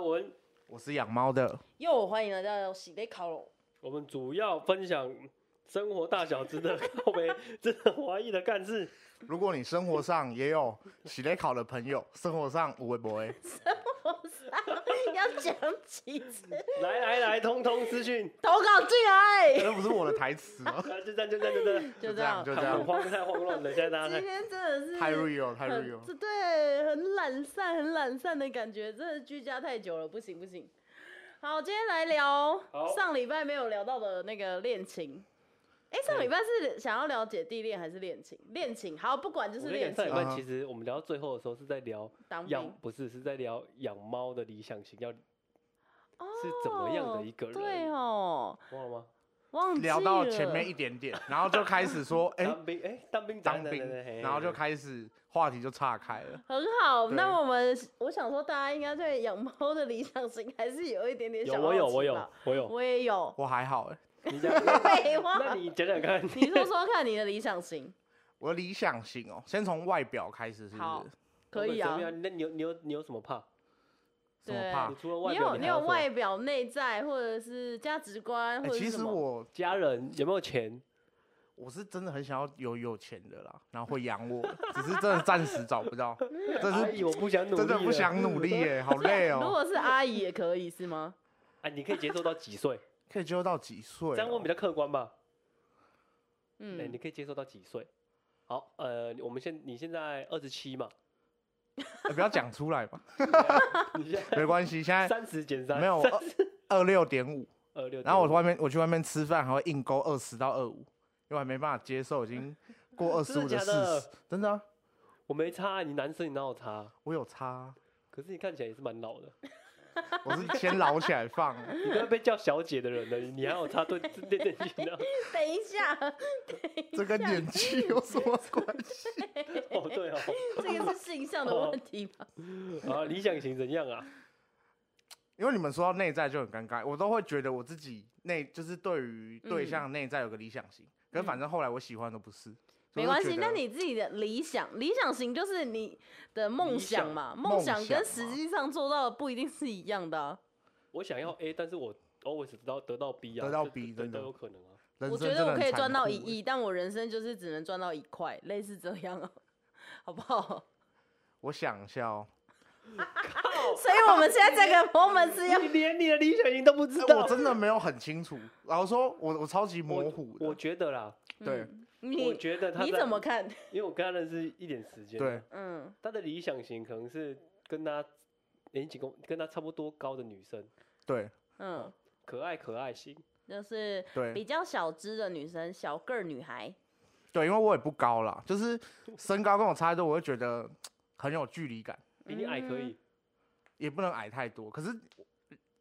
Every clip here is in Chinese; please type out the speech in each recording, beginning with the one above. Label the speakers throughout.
Speaker 1: 文，
Speaker 2: 我是养猫的，
Speaker 3: 又欢迎来到喜杯烤肉。
Speaker 1: 我们主要分享生活大小值得靠北、值得怀疑的干事。
Speaker 2: 如果你生活上也有喜来考的朋友，生活上无微不微，
Speaker 3: 要讲几次？
Speaker 1: 来来来，通通私讯。
Speaker 3: 投稿进来。
Speaker 2: 那不是我的台词 哦吗？
Speaker 1: 啊，就这样，就这样，就这样。
Speaker 3: 就
Speaker 2: 就
Speaker 3: 这
Speaker 2: 这
Speaker 3: 样
Speaker 2: 样，就这
Speaker 1: 太
Speaker 2: 样
Speaker 1: 慌，慌太慌乱了，现在大家
Speaker 3: 今
Speaker 1: 在。
Speaker 3: 天真的是
Speaker 2: 太 real，太哦
Speaker 3: 很
Speaker 2: real。
Speaker 3: 这对，很懒散，很懒散的感觉，真的居家太久了，不行不行。好，今天来聊
Speaker 1: 好
Speaker 3: 上礼拜没有聊到的那个恋情。哎、上礼拜是想要聊姐弟恋还是恋情？恋情好，不管就
Speaker 1: 我
Speaker 3: 是
Speaker 1: 跟你讲，
Speaker 3: 恋情
Speaker 1: 上礼。拜
Speaker 2: 啊
Speaker 1: 其实我们聊到最后的时候是在聊
Speaker 3: 当兵
Speaker 1: 养，不是是在聊养猫的理想型，要是怎么样的一个人，
Speaker 3: 对哦，
Speaker 1: 忘了吗？
Speaker 3: 忘记
Speaker 2: 聊到
Speaker 3: 了
Speaker 2: 前面一点点，然后就开 始说，哎，
Speaker 1: 当兵，哎，当兵，
Speaker 2: 当
Speaker 1: 对
Speaker 2: 兵
Speaker 1: 对对嘿，
Speaker 2: 然后就开始话题就岔开了。
Speaker 3: 很好，
Speaker 2: 对
Speaker 3: 那我们我想说，大家应该对养猫的理想型还是有一点点小
Speaker 1: 有我有
Speaker 3: 好奇
Speaker 1: 我有
Speaker 3: 吧，
Speaker 1: 我有，
Speaker 3: 我也 有。
Speaker 2: 我还好，哎，
Speaker 1: 你讲，
Speaker 3: 废话，
Speaker 1: 那你讲讲看，
Speaker 3: 你说说看你的理想 型，
Speaker 2: 我的理想型哦，先从外表开始，是不
Speaker 3: 好
Speaker 2: 是？
Speaker 3: 可以啊
Speaker 1: 怎么。样那你有你有你有什么怕？
Speaker 2: 什么
Speaker 3: 对
Speaker 2: 怕
Speaker 1: 你？除了
Speaker 3: 你
Speaker 1: 外表，
Speaker 3: 有
Speaker 1: 你
Speaker 3: 你
Speaker 1: 还有
Speaker 3: 有
Speaker 1: 什么
Speaker 3: 外表、内在，或者是价值观，
Speaker 2: 哎，
Speaker 3: 或者
Speaker 2: 其
Speaker 3: 是什
Speaker 2: 实
Speaker 3: 么？
Speaker 2: 我
Speaker 1: 家人有没有钱？
Speaker 2: 我是真的很想要有有钱的啦，然后会养我， 只是真的暂时找不 到，
Speaker 3: 哎
Speaker 2: 这
Speaker 1: 阿
Speaker 2: 是
Speaker 1: 姨，我不想努力，
Speaker 2: 真的不想努力。耶，好 累
Speaker 3: 如
Speaker 2: 哦。
Speaker 3: 果是阿姨也可以是吗？
Speaker 1: 哎，你可以接受到几岁？
Speaker 2: 可以揪到几岁
Speaker 1: 这
Speaker 2: 哦？
Speaker 1: 样问比较客观吧。 哎，
Speaker 3: 嗯
Speaker 1: 你，可以接受到几岁？好，呃，我们现你现在二十七嘛，
Speaker 2: 哎不要讲出来嘛，
Speaker 1: 你现
Speaker 2: 没关系，现在
Speaker 1: 在三十减
Speaker 3: 啊
Speaker 1: 三，
Speaker 2: 没有二二六点五，
Speaker 1: 二六，
Speaker 2: 然后我外面我去外面吃饭还会硬勾二十到二五，因为我还没办法接受已经过二十
Speaker 1: 真
Speaker 2: 五
Speaker 1: 的假
Speaker 2: 的
Speaker 1: 的
Speaker 2: 事实，真的啊、
Speaker 1: 我没差，你男生你哪有差？
Speaker 2: 我有差啊、
Speaker 1: 可是你看起来也是蛮老的，
Speaker 2: 我是先捞起来放 啊，
Speaker 1: 你都要被叫小姐的人了，你还有差对对对对呢？
Speaker 3: 等一 下，
Speaker 2: 这跟年纪有什么关系？
Speaker 1: 哦对哦，
Speaker 3: 这个是性向的问题 吧？
Speaker 1: 啊理想型怎样啊？
Speaker 2: 因为你们说到内在就很尴尬，我都会觉得我自己内就是对于
Speaker 3: 嗯
Speaker 2: 对象内在有个理想型，可是反正后来我喜欢的不是，所以
Speaker 3: 没
Speaker 2: 我
Speaker 3: 关
Speaker 2: 就
Speaker 3: 系，
Speaker 2: 觉
Speaker 3: 那
Speaker 2: 得
Speaker 3: 你自己的理想，理想型就是你的梦想嘛，梦
Speaker 2: 梦想
Speaker 3: 跟
Speaker 2: 嘛
Speaker 3: 实际上做到的不一定是一样的啊、
Speaker 1: 我想要 A，但是我 always 得到得到 B 啊，
Speaker 2: 得到
Speaker 1: 这
Speaker 2: B，
Speaker 1: 这
Speaker 2: 真
Speaker 1: 都
Speaker 2: 的
Speaker 1: 有可能啊。
Speaker 2: 人
Speaker 3: 我
Speaker 2: 生
Speaker 3: 觉
Speaker 2: 真
Speaker 3: 得
Speaker 2: 的
Speaker 3: 我
Speaker 2: 很
Speaker 3: 可以
Speaker 2: 残
Speaker 3: 赚到
Speaker 2: 酷
Speaker 3: 一
Speaker 2: 欸
Speaker 3: 亿，但我人生就是只能赚到一块，类似这样啊，好不好？
Speaker 2: 我想一下哦，
Speaker 3: 所以我们现在这个 moment 是要
Speaker 1: 你连你的理想型都不知
Speaker 2: 哎
Speaker 1: 道，
Speaker 2: 我真的没有很清楚，老实说，我我超级模糊的，
Speaker 1: 我觉 得啦，
Speaker 2: 对
Speaker 3: 嗯
Speaker 1: 我
Speaker 3: 你
Speaker 1: 觉得他
Speaker 3: 你
Speaker 1: 在
Speaker 3: 怎么看？
Speaker 1: 因为我跟他认识一点时间，
Speaker 2: 对，
Speaker 3: 嗯，
Speaker 1: 他的理想型可能是跟他年纪跟跟他差不多高的女生，
Speaker 2: 对
Speaker 3: 嗯，
Speaker 1: 可爱可爱型，
Speaker 3: 就是
Speaker 2: 对
Speaker 3: 比较小只的女生，小个儿女孩。
Speaker 2: 对，因为我也不高啦，就是身高跟我差太多，我会觉得很有距离感，
Speaker 1: 比你矮可以，
Speaker 2: 也不能矮太多。可是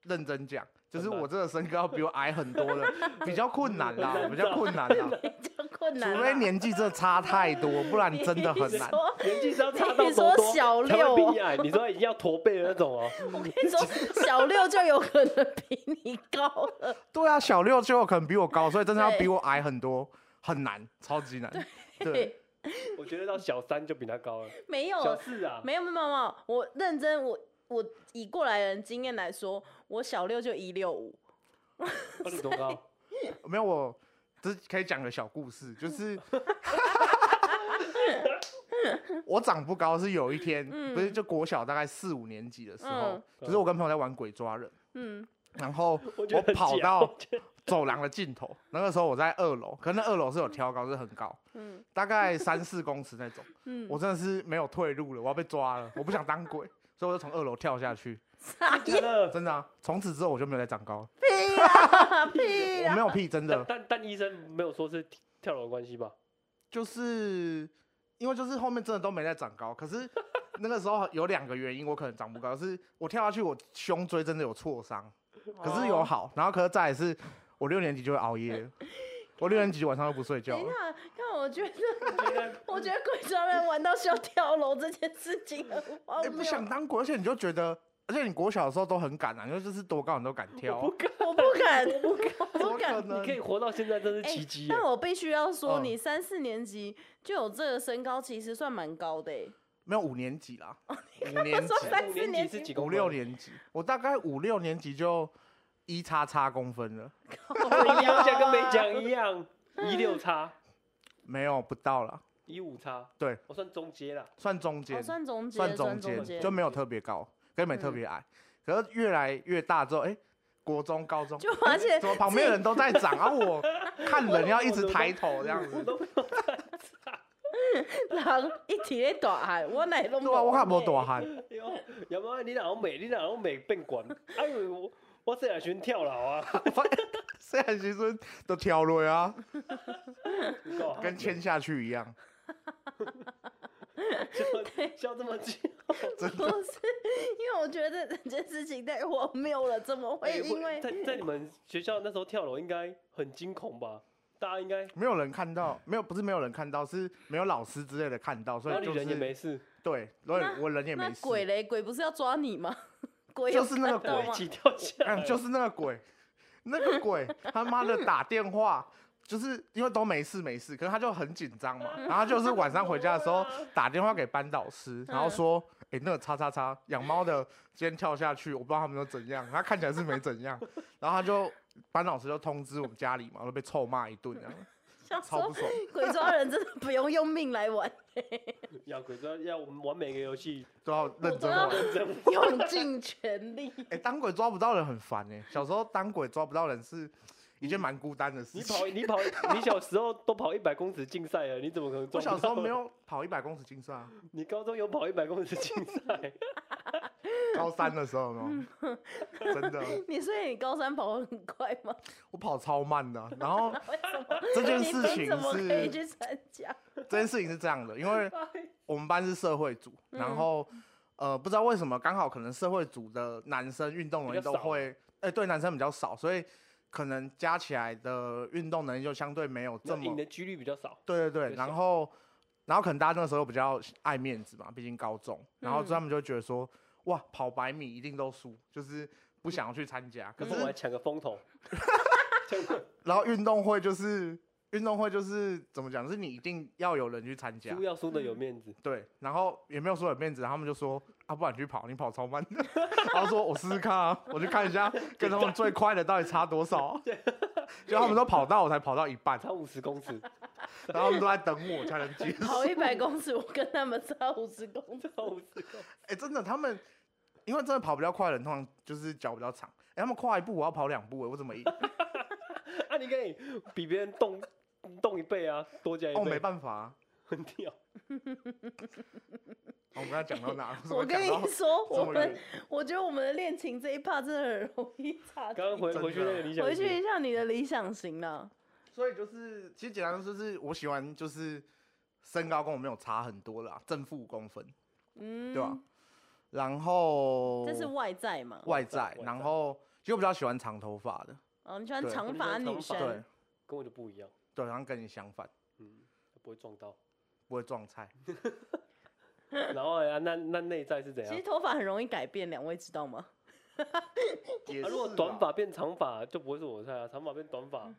Speaker 2: 认真讲，就是
Speaker 1: 很难
Speaker 2: 我这个身高比我矮很多的，比较困难啦，比较困难啦，
Speaker 3: 比较困难啊。
Speaker 2: 除非年纪真的差太多，不然真的很
Speaker 3: 你
Speaker 2: 难。
Speaker 3: 说，
Speaker 1: 年纪是要 差
Speaker 3: 嗯
Speaker 1: 到
Speaker 3: 你
Speaker 1: 多多
Speaker 3: 说小
Speaker 1: 才
Speaker 3: 六
Speaker 1: 会比
Speaker 3: 哦
Speaker 1: 你矮，你说已经要驼背的那种 哦，
Speaker 3: 我跟你说，小六就有可能比你高了。
Speaker 2: 对啊，小六就有可能比我高，所以真的要
Speaker 3: 对
Speaker 2: 比我矮很多，很难，超级难。对，
Speaker 1: 我觉得到小三就比他高了，
Speaker 3: 没有，
Speaker 1: 小四啊，
Speaker 3: 没有，没有，没有没有，我认真，我我以过来人经验来说，我小六就一六五，
Speaker 1: 哦你多 高？
Speaker 2: 没有我。这可以讲个小故事，就是 我长不高，是有一天，
Speaker 1: 嗯
Speaker 2: 不是就国小大概四五年级的时候
Speaker 3: 嗯，
Speaker 2: 就是我跟朋友在玩鬼抓人，
Speaker 3: 嗯，
Speaker 2: 然后
Speaker 1: 我觉得很
Speaker 2: 我跑
Speaker 1: 假哦
Speaker 2: 到
Speaker 1: 我觉得
Speaker 2: 走廊的尽头，那个时候我在二楼，可是那二楼是有挑高，是很高，
Speaker 3: 嗯
Speaker 2: 大概三四公尺那种，
Speaker 3: 嗯，
Speaker 2: 我真的是没有退路了，我要被抓了，我不想当鬼，所以我就从二楼跳下去，
Speaker 3: 傻
Speaker 1: 真
Speaker 3: 眼
Speaker 1: 的。
Speaker 2: 真的啊，从此之后我就没有再长高了，
Speaker 3: 屁啊屁
Speaker 2: 我
Speaker 3: 啊！
Speaker 2: 没有屁，真
Speaker 1: 但
Speaker 2: 的，
Speaker 1: 但但医生没有说是跳楼的关系吧？
Speaker 2: 就是因为就是后面真的都没再长高，可 是那个时候有两个原因，我可能长不高，是我跳下去我胸椎真的有挫伤，可是有
Speaker 3: 哦
Speaker 2: 好，然后可是再来是我六年级就会熬 夜了，我六年级晚上都不睡觉
Speaker 3: 等一
Speaker 2: 了。
Speaker 3: 下，看我觉得，
Speaker 1: 现在
Speaker 3: 我觉得鬼抓人玩到需要跳楼这件事情很荒
Speaker 2: 哎、
Speaker 3: 谬。
Speaker 2: 不想当鬼，而且你就觉得，而且你国小的时候都很敢啊，因为就是多高你都敢挑
Speaker 1: 我
Speaker 2: 啊，
Speaker 1: 不敢，
Speaker 3: 我不敢，我不敢，我
Speaker 2: 怎么
Speaker 3: 不敢
Speaker 2: 可。
Speaker 1: 你可以
Speaker 2: 能？
Speaker 1: 活到现在真是
Speaker 3: 哎
Speaker 1: 奇迹耶。
Speaker 3: 但我必须要说，
Speaker 2: 嗯
Speaker 3: 你三四年级就有这个身高，其实算蛮高的、欸。
Speaker 2: 没有五年 级啦，五年级
Speaker 3: 说三四
Speaker 1: 五年级
Speaker 3: 年
Speaker 1: 是
Speaker 3: 级
Speaker 1: 几公
Speaker 2: 五
Speaker 1: 分
Speaker 2: 六年级，我大概五六年级就一叉叉公分了，
Speaker 1: 你讲起来跟没讲一样，一六叉，
Speaker 2: 没有不到啦，
Speaker 1: 一五叉，
Speaker 2: 对
Speaker 1: 我算中阶啦。
Speaker 2: 算中间
Speaker 3: 哦，，算中间，
Speaker 2: 算中
Speaker 3: 间
Speaker 2: 间，
Speaker 1: 间
Speaker 2: 就没有特别高，跟没特别矮。可是越来越大之后，哎、国中、高中，
Speaker 3: 就发现
Speaker 2: 怎么旁边的人都在长，然后我看人要一直抬头这样
Speaker 1: 我
Speaker 2: 子。
Speaker 1: 都没有在差。
Speaker 3: 人一提咧大汉，我哪拢
Speaker 2: 对啊，我看
Speaker 3: 欸
Speaker 2: 无大汉，
Speaker 1: 哎呦有没有？你哪有美？你哪有美变管？哎呦，我我这两群跳楼啊！
Speaker 2: 虽然其实都跳落啊，
Speaker 1: 你搞啊
Speaker 2: 跟签下去一样。
Speaker 1: 笑笑这么 近，
Speaker 3: 不是，因为我觉得这件事情太荒谬了，怎么会
Speaker 1: 哎
Speaker 3: 因为
Speaker 1: 在在你们学校那时候跳楼应该很惊恐吧？大家应该，
Speaker 2: 没有人看到，没有不是没有人看到，是没有老师之类的看到，所
Speaker 1: 然后
Speaker 2: 以
Speaker 1: 你
Speaker 2: 就
Speaker 1: 人也没
Speaker 2: 是
Speaker 1: 事，
Speaker 2: 对，所以
Speaker 3: 那
Speaker 2: 我人也
Speaker 3: 那
Speaker 2: 没
Speaker 3: 鬼
Speaker 2: 事，
Speaker 3: 嘞？鬼不是要抓你吗？鬼
Speaker 2: 就
Speaker 3: 有
Speaker 2: 是那个
Speaker 3: 看到
Speaker 1: 我
Speaker 2: 鬼
Speaker 1: 一
Speaker 3: 吗
Speaker 1: 起跳下来，
Speaker 2: 嗯，就是那个鬼，那个鬼他 妈的打电话，就是因为都没事没事，可是他就很紧张 嘛，然后他就是晚上回家的时候打电话给班导师，然
Speaker 1: 嗯
Speaker 2: 后说，哎、那个叉叉叉养猫的今天跳下去，我不知道他们都怎样，他看起来是没 怎样，然后他就班导师就通知我们家里嘛，都被臭骂一 顿，这样
Speaker 3: 想
Speaker 2: 超
Speaker 3: 说
Speaker 2: 不爽。
Speaker 3: 鬼抓人真的不用用命来玩，啊
Speaker 1: 要鬼抓要我们玩每个游戏，
Speaker 2: 都要认真
Speaker 3: 我
Speaker 2: 玩。
Speaker 1: 认真
Speaker 3: 用尽全力。
Speaker 2: 哎、当鬼抓不到人很烦哎、小时候当鬼抓不到人是一件蛮孤单的事
Speaker 1: 你
Speaker 2: 情
Speaker 1: 跑。你跑你小时候都跑一百公尺竞赛了，你怎么可能？
Speaker 2: 我小时候没，有跑一百公尺竞赛啊，
Speaker 1: 你高中有跑一百公尺竞 赛，
Speaker 2: 高三的时候呢，真的，
Speaker 3: 你所以你高三跑得很快吗？
Speaker 2: 我跑超慢的。然后
Speaker 3: 为什么？
Speaker 2: 这件
Speaker 3: 你
Speaker 2: 事
Speaker 3: 凭
Speaker 2: 情
Speaker 3: 什么可以
Speaker 2: 是
Speaker 3: 去参加？
Speaker 2: 这件事情是这样的，因为我们班是社会组，然后呃不知道为什么刚好可能社会组的男生运动能力
Speaker 1: 比较
Speaker 2: 都
Speaker 1: 少
Speaker 2: 会，哎、对男生比较少，所以可能加起来的运动能力就相对没有这
Speaker 1: 那
Speaker 2: 么
Speaker 1: 赢的几率比较少。
Speaker 2: 对对对，
Speaker 1: 就
Speaker 2: 然
Speaker 1: 小
Speaker 2: 后然后可能大家那时候比较爱面子嘛，毕竟高中，然后他们就会觉得说，哇，跑百米一定都输，就是不想要去参加。可
Speaker 1: 可是我还
Speaker 2: 是，
Speaker 1: 抢个风 头，抢个
Speaker 2: 然后运动会就是运动会就是怎么讲，是你一定要有人去参 加
Speaker 1: 输。要输的有面子，
Speaker 2: 对，然后也没有说有面子，然后他们就说啊，不然你去跑，你跑超慢 的。然后说我试试看啊，我去看一下跟他们最快的到底差多少 啊。就他们都跑到我才跑到一半，
Speaker 1: 差五十公 尺，
Speaker 2: 然后他们都在等我才能结束。
Speaker 3: 跑一百公尺，我跟他们差五十公尺。
Speaker 1: 差五十公尺，
Speaker 2: 哎、真的，他们因为真的跑比较快的人，通常就是脚比较长。哎、他们跨一步，我要跑两步、哎，我怎么赢？
Speaker 1: 啊，你可以比别人动动一倍啊，多加一
Speaker 2: 哦，没
Speaker 1: 倍，
Speaker 2: 办法、啊。
Speaker 1: 很 屌。
Speaker 2: 哦我刚才讲到哪？
Speaker 3: 我跟你说，
Speaker 2: 怎
Speaker 3: 我
Speaker 2: 么
Speaker 3: 们我觉得我们的恋情这一趴真的很容易差题。
Speaker 1: 刚刚回
Speaker 2: 真的
Speaker 1: 回去那个理想
Speaker 3: 回
Speaker 1: 型，
Speaker 3: 去一下你的理想型了，
Speaker 2: 所以就是，其实简单来说就是，我喜欢就是身高跟我没有差很多啦，正负公分，
Speaker 3: 嗯，
Speaker 2: 对吧、然后
Speaker 3: 这是外在嘛？
Speaker 2: 外
Speaker 1: 在
Speaker 2: 在
Speaker 1: 外，
Speaker 2: 然
Speaker 1: 在
Speaker 2: 后其实我比较喜欢长头发的，
Speaker 3: 哦，你喜欢
Speaker 2: 对
Speaker 1: 我
Speaker 3: 长
Speaker 1: 喜欢
Speaker 3: 发
Speaker 1: 长
Speaker 3: 女
Speaker 1: 发
Speaker 2: 对
Speaker 3: 生，
Speaker 1: 跟我就不一样，
Speaker 2: 对，然后跟你相反，
Speaker 1: 嗯，不会撞到。
Speaker 2: 不会撞
Speaker 1: 啊
Speaker 2: 菜。
Speaker 1: 然后啊，那那内在是怎样
Speaker 3: 其实？头发很容易改变，两位知道吗？
Speaker 2: 也
Speaker 1: 啊，
Speaker 2: 是
Speaker 1: 如果
Speaker 2: 啦
Speaker 1: 短发变长发就不会是我的菜啊，长发变短
Speaker 3: 嗯
Speaker 1: 发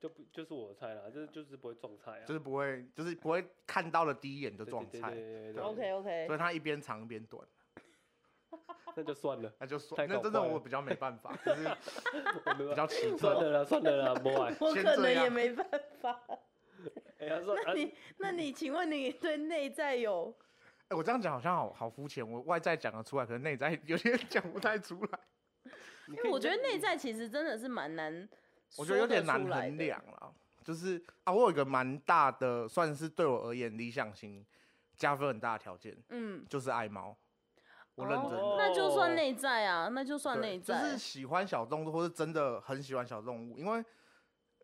Speaker 1: 就不就是我的菜啦，就是就是不会撞菜啊，
Speaker 2: 就是不会，就是不会看到了第一眼就
Speaker 1: 对
Speaker 2: 撞
Speaker 1: 对
Speaker 2: 菜
Speaker 1: 对，对对对
Speaker 3: OK
Speaker 2: 所
Speaker 3: OK，
Speaker 2: 以它一边长一边短。
Speaker 1: 那就算了，
Speaker 2: 那就算
Speaker 1: 太，
Speaker 2: 那
Speaker 1: 搞
Speaker 2: 真的
Speaker 1: 怪了
Speaker 2: 我比较没办法，就是
Speaker 1: 我没
Speaker 2: 比
Speaker 1: 办法，
Speaker 2: 较 奇
Speaker 1: 算
Speaker 2: 特。
Speaker 1: 了啦，算 了啦，不爱。
Speaker 3: 我
Speaker 2: 先
Speaker 3: 可
Speaker 2: 这
Speaker 3: 能也
Speaker 2: 样
Speaker 3: 没办 法。
Speaker 1: 哎呀，说
Speaker 3: 那
Speaker 1: 啊，
Speaker 3: 你那你，请问你对内在有
Speaker 2: 哎，我这样讲好像好好肤浅，我外在讲得出来，可能内在有些讲不太出来，
Speaker 1: 你
Speaker 3: 因
Speaker 1: 可
Speaker 3: 为
Speaker 1: 以
Speaker 3: 我觉得内
Speaker 1: 你
Speaker 3: 在其实真的是蛮难，
Speaker 2: 我觉得有点难衡。量啦。就是啊，我有一个蛮大的，算是对我而言理想型加分很大的条件，
Speaker 3: 嗯，
Speaker 2: 就是爱猫。我认真
Speaker 1: 哦
Speaker 2: 的，
Speaker 3: 那就算内在啊，那就算
Speaker 2: 对
Speaker 3: 内
Speaker 2: 就
Speaker 3: 在。
Speaker 2: 是喜欢小动物，或是真的很喜欢小动物，因为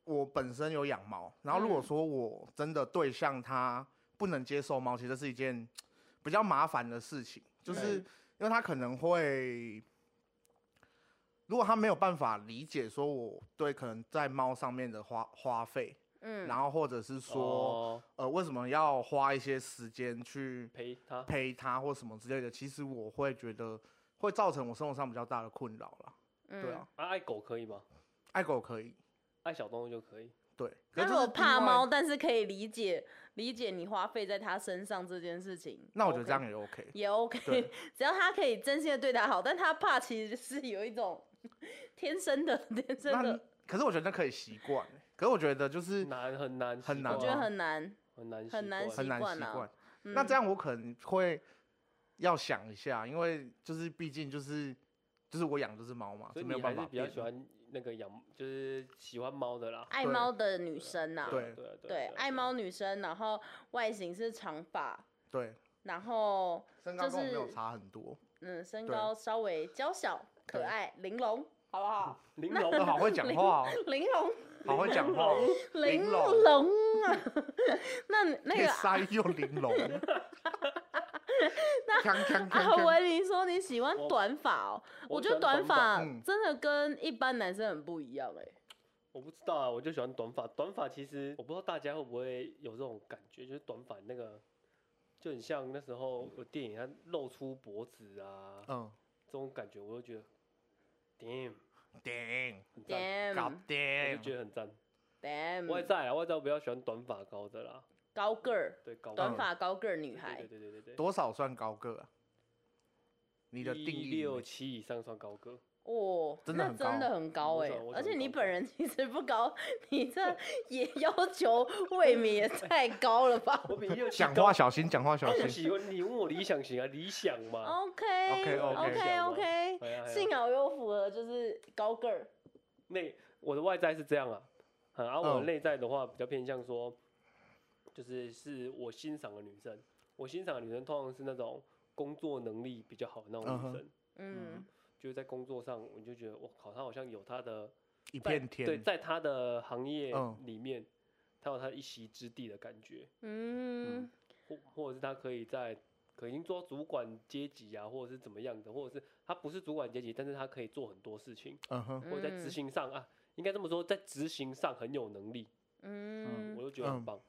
Speaker 2: 我本身有养猫，然后如果
Speaker 3: 嗯
Speaker 2: 说我真的对象他不能接受猫，其实这是一件比较麻烦的事情，就是
Speaker 1: 嗯
Speaker 2: 因为他可能会，如果他没有办法理解说我对可能在猫上面的花花费，
Speaker 3: 嗯，
Speaker 2: 然后或者是说、
Speaker 1: 哦
Speaker 2: 呃为什么要花一些时间去
Speaker 1: 陪他，
Speaker 2: 陪他或什么之类的，其实我会觉得会造成我生活上比较大的困扰啦。对
Speaker 3: 嗯
Speaker 2: 啊，，
Speaker 1: 啊，爱狗可以吗？
Speaker 2: 爱狗可以，
Speaker 1: 爱小动物就可以。
Speaker 2: 对，
Speaker 3: 那
Speaker 2: 可
Speaker 3: 如
Speaker 2: 是这
Speaker 3: 果
Speaker 2: 是
Speaker 3: 怕
Speaker 2: 另外
Speaker 3: 猫，，但是可以理解理解你花费在它身上这件事情，
Speaker 2: 那我觉得
Speaker 3: OK
Speaker 2: 这样也 OK。
Speaker 3: 也 OK，
Speaker 2: 对
Speaker 3: 只要它可以真心的对它好，但它怕其实是有一种 天生的天生
Speaker 2: 那
Speaker 3: 的，
Speaker 2: 可是我觉得那可以习惯欸，可是我觉得
Speaker 3: 嗯
Speaker 2: 就是
Speaker 1: 难很难习惯，啊
Speaker 2: 很难
Speaker 3: 我觉得很难。
Speaker 1: 很难
Speaker 3: 很难
Speaker 1: 习惯
Speaker 2: 很
Speaker 3: 习
Speaker 2: 难
Speaker 3: 惯
Speaker 2: 习
Speaker 3: 啊
Speaker 2: 惯。
Speaker 3: 嗯、
Speaker 2: 哦那这样我可能会要想一下，因为就是毕竟就是就是我养这只猫嘛，
Speaker 1: 所
Speaker 2: 是
Speaker 1: 以
Speaker 2: 没有
Speaker 1: 你
Speaker 2: 办
Speaker 1: 还
Speaker 2: 法
Speaker 1: 是比较
Speaker 2: 变
Speaker 1: 喜
Speaker 2: 的
Speaker 1: 欢那个养，就是喜欢猫的啦。
Speaker 3: 爱
Speaker 2: 对
Speaker 3: 猫的女生呐、
Speaker 2: 对
Speaker 1: 啊对啊
Speaker 3: 对
Speaker 1: 啊，
Speaker 3: 爱猫女生，然后外形是长发，
Speaker 2: 对
Speaker 3: 然后
Speaker 2: 身高跟我没有
Speaker 3: 就是
Speaker 2: 差很多，
Speaker 3: 嗯，身
Speaker 2: 对
Speaker 3: 高稍微娇小、可
Speaker 2: 对
Speaker 3: 爱、玲珑，好不好？
Speaker 1: 玲珑
Speaker 2: 我好会 讲话哦，
Speaker 3: 玲珑，
Speaker 2: 好会讲 话哦，
Speaker 3: 玲
Speaker 2: 玲珑
Speaker 3: 珑啊！ 那那
Speaker 2: 可以
Speaker 3: 个啊
Speaker 2: 塞又 玲珑，锵锵锵
Speaker 3: 阿
Speaker 2: 锵，
Speaker 3: 维，你说你喜欢
Speaker 1: 我
Speaker 3: 短发哦？我
Speaker 1: 我
Speaker 3: 觉
Speaker 1: 喜
Speaker 3: 得短
Speaker 1: 欢短发
Speaker 3: 发
Speaker 2: 嗯
Speaker 3: 真的跟一般男生很不一样哎、
Speaker 1: 我不知道啊，我就喜欢短发。短发其实我不知道大家会不会有这种感觉，就是短发那个就很像那时候有电影它露出脖子啊，
Speaker 2: 嗯，
Speaker 1: 这种感觉，我就觉得 damn
Speaker 2: 顶，
Speaker 1: 很赞，
Speaker 2: 搞
Speaker 3: Damn
Speaker 1: 我就觉
Speaker 2: 定，
Speaker 1: 得很赞。外
Speaker 3: damn，
Speaker 1: 在啊，外在我比较喜欢短发高的啦，
Speaker 3: 高个儿，
Speaker 1: 对高
Speaker 3: 短
Speaker 1: 的
Speaker 3: 发高个儿女
Speaker 1: 对
Speaker 3: 孩
Speaker 1: 对，对对对对对，
Speaker 2: 多少算高个啊？你的定
Speaker 1: 一
Speaker 2: 义里
Speaker 1: 六
Speaker 2: 面
Speaker 1: 七以上算高个，
Speaker 3: 哦，
Speaker 2: 真的
Speaker 3: 那
Speaker 2: 很
Speaker 3: 真的
Speaker 2: 高
Speaker 3: 很高
Speaker 1: 我
Speaker 3: 哎、
Speaker 1: 想我
Speaker 3: 而
Speaker 1: 想
Speaker 3: 且
Speaker 1: 很
Speaker 3: 你
Speaker 1: 高
Speaker 3: 本人其实不高，你这 也要求未免也太高了 吧
Speaker 1: 我比一六七
Speaker 2: 讲话小心，讲话小
Speaker 1: 我
Speaker 2: 心，
Speaker 1: 喜欢你问我理想型啊，理想嘛，
Speaker 3: ？OK OK
Speaker 1: OK，OK
Speaker 3: OK，
Speaker 1: 哎呀哎呀
Speaker 3: 幸好又符合就是高个儿，
Speaker 1: 内我的外在是这样啊，嗯，而、啊、我
Speaker 2: 嗯
Speaker 1: 的内在的话比较偏向说，就是是我欣赏的女生，我欣赏的女生通常是那种工作能力比较好的那种
Speaker 2: 嗯
Speaker 1: 女
Speaker 2: 哼
Speaker 1: 生，
Speaker 3: 嗯
Speaker 1: 嗯就是在工作上我就觉得我靠，她好像有她的
Speaker 2: 一
Speaker 1: 在
Speaker 2: 片
Speaker 1: 对，
Speaker 2: 天，
Speaker 1: 在她的行业
Speaker 2: 嗯
Speaker 1: 里面，她有她一席之地的感觉，
Speaker 3: 嗯，
Speaker 1: 或或者是她可以在。可已经做到主管阶级啊，或者是怎么样的，或者是她不是主管阶级，但是她可以做很多事情，
Speaker 2: 嗯哼，
Speaker 1: 或者在执行上啊，应该这么说，在执行上很有能力，
Speaker 3: 嗯，
Speaker 1: 我
Speaker 3: 嗯，
Speaker 1: 就觉得
Speaker 2: 嗯
Speaker 1: 很棒。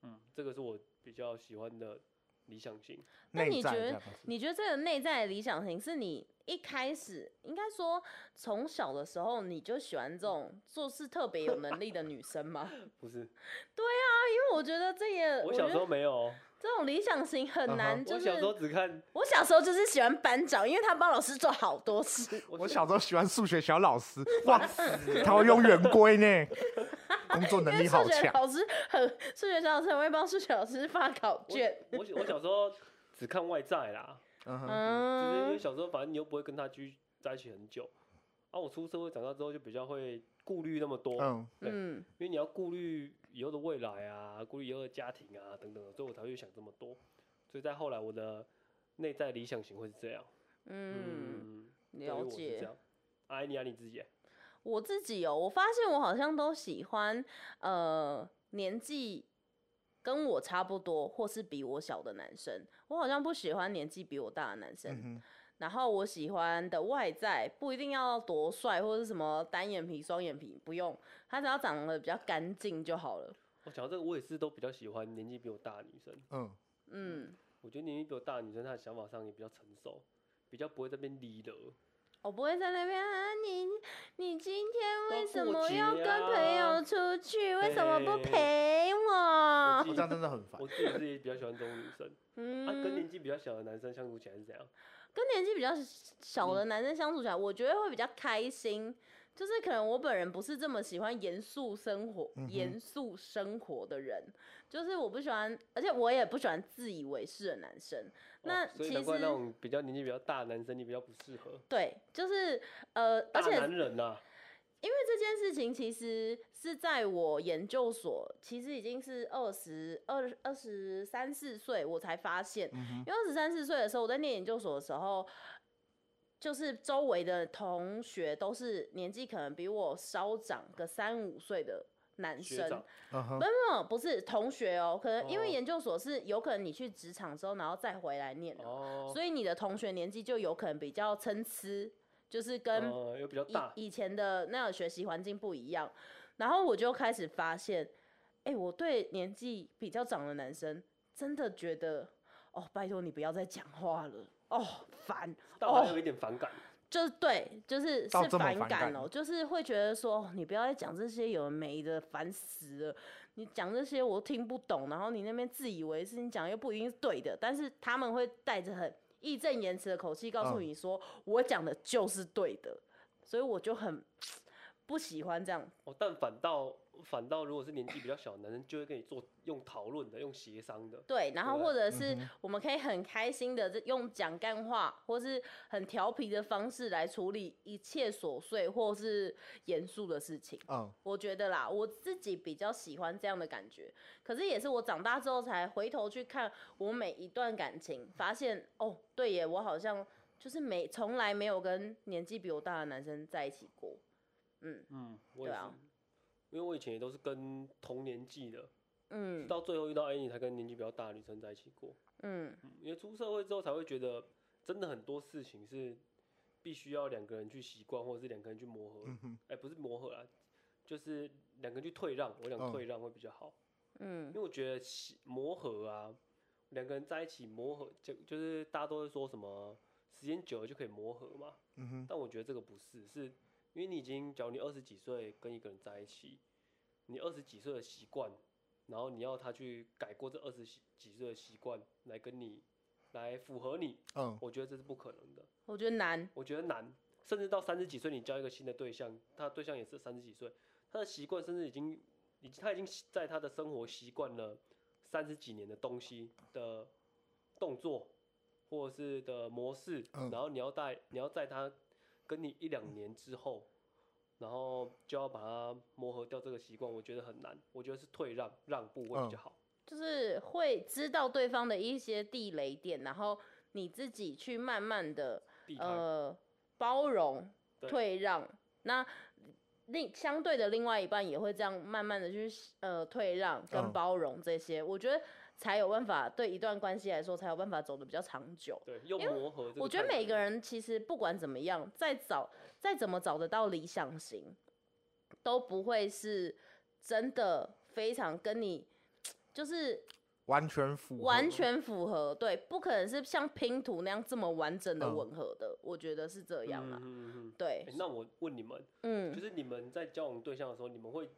Speaker 1: 嗯，这个是我比较喜欢的理想型。
Speaker 3: 那你
Speaker 2: 内在
Speaker 3: 觉
Speaker 2: 这
Speaker 3: 得
Speaker 2: 样子，
Speaker 3: 你觉得这个内在的理想型是你一开始应该说从小的时候你就喜欢这种做事特别有能力的女生吗？ 因
Speaker 1: 不是，
Speaker 3: 为呃我觉得这也
Speaker 1: 我
Speaker 3: 觉
Speaker 1: 小时
Speaker 3: 得
Speaker 1: 候没有哦，
Speaker 3: 这种理想型
Speaker 2: 嗯哼
Speaker 3: 很难，就
Speaker 1: 我
Speaker 3: 是
Speaker 1: 小时候只看
Speaker 3: 我小时候就是喜欢班长，因为他帮老师做好多 事。
Speaker 2: 我小时候喜欢数学小老师，哇死，他会用圆规呢，工作能力好
Speaker 3: 数学
Speaker 2: 强，
Speaker 3: 老师很，数学老师很会帮数学老师发考卷。
Speaker 1: 我小我小时候只看外在啦，
Speaker 2: 嗯哼，
Speaker 1: 就是因为
Speaker 3: 嗯，
Speaker 1: 小时候反正你又不会跟他居在一起很久。啊，我出社会长大之后就比较会顾虑那么多，
Speaker 2: 嗯，
Speaker 1: 对
Speaker 3: 嗯，
Speaker 1: 因为你要顾虑以后的未来啊，顾虑以后的家庭啊等等的，所以我才会想这么多。所以在后来我的内在理想型会是这样。
Speaker 3: 嗯，
Speaker 1: 嗯，对于
Speaker 3: 了
Speaker 1: 我是这
Speaker 3: 解。
Speaker 1: 样。哎，你啊你自己，
Speaker 3: 我自己哦，我发现我好像都喜欢，呃，年纪跟我差不多或是比我小的男生，我好像不喜欢年纪比我大的男生。
Speaker 2: 嗯哼，
Speaker 3: 然后我喜欢的外在不一定要多帅或是什么单眼皮、双眼皮，不用，他只要长得比较干净就好了。
Speaker 1: 我讲到这个，我也是都比较喜欢年纪比我大的女生。
Speaker 2: 嗯，
Speaker 3: 嗯，
Speaker 1: 我觉得年纪比我大的女生，她的想法上也比较成熟，比较不会这边 E 理的。
Speaker 3: 我不会在那边啊，你你今天为
Speaker 1: 要
Speaker 3: 什
Speaker 1: 过
Speaker 3: 么要
Speaker 1: 节
Speaker 3: 跟朋
Speaker 1: 啊
Speaker 3: 友出去？为什么不
Speaker 1: 嘿
Speaker 3: 陪我啊
Speaker 1: 我？自
Speaker 2: 我这样
Speaker 1: 己
Speaker 2: 真的很烦
Speaker 1: 我，自己是比较喜欢这种女生。她、啊跟
Speaker 3: 嗯
Speaker 1: 年，纪比较小的男生相处起来是怎样？
Speaker 3: 跟年纪比较小
Speaker 1: 嗯
Speaker 3: 的男生相处起来，我觉得会比较开心。就是可能我本人不是这么喜欢严肃生活、
Speaker 2: 嗯哼
Speaker 3: 严肃生活的人，就是我不喜欢，而且我也不喜欢自以为是的男生。那
Speaker 1: 哦、所以
Speaker 3: 其
Speaker 1: 难怪
Speaker 3: 实
Speaker 1: 那种比较年纪比较大的男生，你比较不适合。
Speaker 3: 对，就是呃，而
Speaker 1: 大
Speaker 3: 且
Speaker 1: 男人呐、啊，
Speaker 3: 因为这件事情其实是在我研究所，其实已经是二十二、二十三四岁我才发现，
Speaker 2: 嗯
Speaker 3: 因为二十三四岁的时候，我在念研究所的时候，就是周围的同学都是年纪可能比我稍长个三五岁的男
Speaker 1: 学
Speaker 3: 生
Speaker 1: 长，，
Speaker 2: 嗯哼
Speaker 3: 没，有不是同学哦，可能因为
Speaker 1: 哦
Speaker 3: 研究所是有可能你去职场之后，然后再回来念的，
Speaker 1: 哦，
Speaker 3: 所以你的同学年纪就有可能比较参差，就是跟
Speaker 1: 呃又比较大，
Speaker 3: 以以前的那种学习环境不一样，然后我就开始发现，哎、我对年纪比较长的男生真的觉得，哦，拜托你不要再讲话了，哦，烦，
Speaker 1: 但我还有一点反感。
Speaker 3: 就是对，就是
Speaker 2: 到
Speaker 3: 是
Speaker 2: 这么
Speaker 3: 反
Speaker 2: 反
Speaker 3: 感
Speaker 2: 感
Speaker 3: 哦、就是会觉得说，哦你不要再讲这些有的没的，烦死了。你讲这些我都听不懂，然后你那边自以为是，你讲又不一定是对的，但是他们会带着很义正言辞的口气告诉
Speaker 2: 嗯
Speaker 3: 你说，我讲的就是对的，所以我就很不喜欢这样。
Speaker 1: 哦，但反倒反倒如果是年纪比较小的男生，就会跟你做用讨论的，用协商的。
Speaker 3: 对，然后
Speaker 1: 对
Speaker 3: 或者是
Speaker 2: 嗯哼
Speaker 3: 我们可以很开心的用讲干话，或是很调皮的方式来处理一切琐碎或是严肃的事情。
Speaker 2: 嗯，
Speaker 3: 我觉得啦，我自己比较喜欢这样的感觉。可是也是我长大之后才回头去看我每一段感情，发现哦，对耶，我好像就是没从来没有跟年纪比我大的男生在一起过。嗯
Speaker 1: 嗯，我也
Speaker 3: 对
Speaker 1: 是
Speaker 3: 啊，
Speaker 1: 因为我以前也都是跟同年纪的，
Speaker 3: 嗯
Speaker 1: 到最后遇到 Annie 才跟年纪比较大的女生在一起过。
Speaker 3: 嗯，
Speaker 1: 嗯因为出社会之后才会觉得，真的很多事情是必须要两个人去习惯，或者是两个人去磨合。哎、
Speaker 2: 嗯哼
Speaker 1: 不是磨合啦，就是两个人去退让。我
Speaker 2: 嗯
Speaker 1: 讲退让会比较好，
Speaker 3: 嗯
Speaker 1: 因为我觉得习磨合啊，两个人在一起磨合，就就是大家都会说什么时间久了就可以磨合嘛。
Speaker 2: 嗯哼，
Speaker 1: 但我觉得这个不是，是因为你已经，假如你二十几岁跟一个人在一起，你二十几岁的习惯，然后你要他去改过这二十几岁的习惯来跟你来符合你，
Speaker 2: 嗯，
Speaker 1: 我觉得这是不可能的，
Speaker 3: 我觉得难。
Speaker 1: 我觉得难。甚至到三十几岁，你交一个新的对象，他的对象也是三十几岁，他的习惯甚至已经，已他已经习在他的生活习惯了三十几年的东西的动作，或者是的模式，
Speaker 2: 嗯
Speaker 1: 然后你要带你要在他跟你一两年之后，然后就要把它磨合掉这个习惯，我觉得很难，我觉得是退让让步会比较
Speaker 2: 嗯
Speaker 1: 好。
Speaker 3: 就是会知道对方的一些地雷点，然后你自己去慢慢的
Speaker 1: 避开、
Speaker 3: 呃包容、
Speaker 1: 对
Speaker 3: 退让。那另相对的另外一半也会这样慢慢的去呃退让
Speaker 2: 嗯
Speaker 3: 跟包容这些，我觉得才有办法对一段关系来说才有办法走得比较长久。
Speaker 1: 对，用
Speaker 3: 因为
Speaker 1: 磨合这个太难了。
Speaker 3: 我觉得每个人其实不管怎么样，再找再怎么找得到理想型，都不会是真的非常跟你就是
Speaker 2: 完全符合，
Speaker 3: 完全符合，对，不可能是像拼图那样这么完整的
Speaker 2: 嗯
Speaker 3: 吻合的，我觉得是这
Speaker 1: 一
Speaker 3: 样啦。啊
Speaker 1: 嗯嗯嗯
Speaker 3: 对
Speaker 1: 诶，那我问你们，就
Speaker 3: 嗯，
Speaker 1: 是你们在交往对象的时候，你们会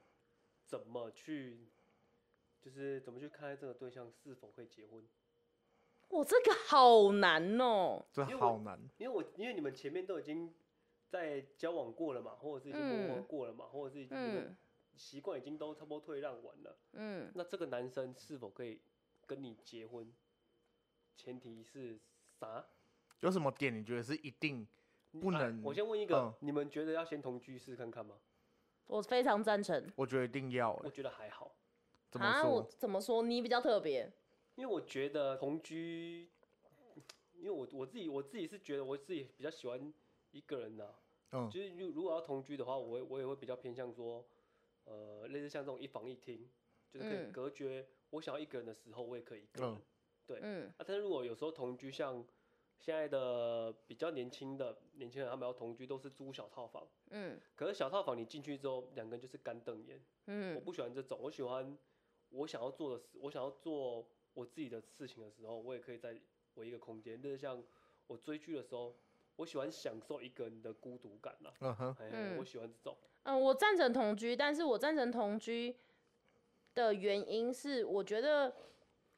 Speaker 1: 怎么去，就是怎么去看待这个对象是否会结婚？
Speaker 3: 我这个好难哦、
Speaker 2: 这
Speaker 1: 因为
Speaker 2: 好
Speaker 1: 我
Speaker 2: 难，
Speaker 1: 因为我因为你们前面都已经在交往过了嘛，或者是已经磨合
Speaker 3: 嗯
Speaker 1: 过了嘛，或者是你们
Speaker 3: 嗯
Speaker 1: 习惯已经都差不多退让完了，
Speaker 3: 嗯，
Speaker 1: 那这个男生是否可以跟你结婚？前提是啥？
Speaker 2: 有什么点你觉得是一定
Speaker 1: 你
Speaker 2: 不
Speaker 1: 啊
Speaker 2: 能
Speaker 1: 我先问一个，
Speaker 2: 嗯
Speaker 1: 你们觉得要先同居试看看吗？
Speaker 3: 我非常赞成。
Speaker 2: 我觉得一定要、
Speaker 1: 我
Speaker 2: 欸？
Speaker 1: 觉得还好。
Speaker 2: 怎么
Speaker 3: 啊，我
Speaker 2: 说？
Speaker 3: 怎么说？你比较特别，
Speaker 1: 因为我觉得同居，因为我我自己我自己是觉得我自己比较喜欢一个人的、
Speaker 2: 嗯
Speaker 1: 就是如如果要同居的话，我会我也会比较偏向说，呃，类似像这种一房一厅，就是可以
Speaker 3: 嗯
Speaker 1: 隔绝。我想要一个人的时候，我也可以一个人。
Speaker 2: 嗯
Speaker 3: 嗯
Speaker 1: 啊，但是如果有时候同居，像现在的比较年轻的年轻人，他们要同居都是租小套房，
Speaker 3: 嗯
Speaker 1: 可是小套房你进去之后，两个人就是干瞪眼。我
Speaker 3: 嗯
Speaker 1: 不喜欢这种，我喜欢我想要做的事，我想要做我自己的事情的时候，我也可以在我一个空间，就是像我追剧的时候，我喜欢享受一个人的孤独感啦。
Speaker 2: 嗯哼，
Speaker 1: 哎、
Speaker 3: 嗯
Speaker 1: 我喜欢这种，
Speaker 3: 嗯，我赞成同居，但是我赞成同居的原因是，我觉得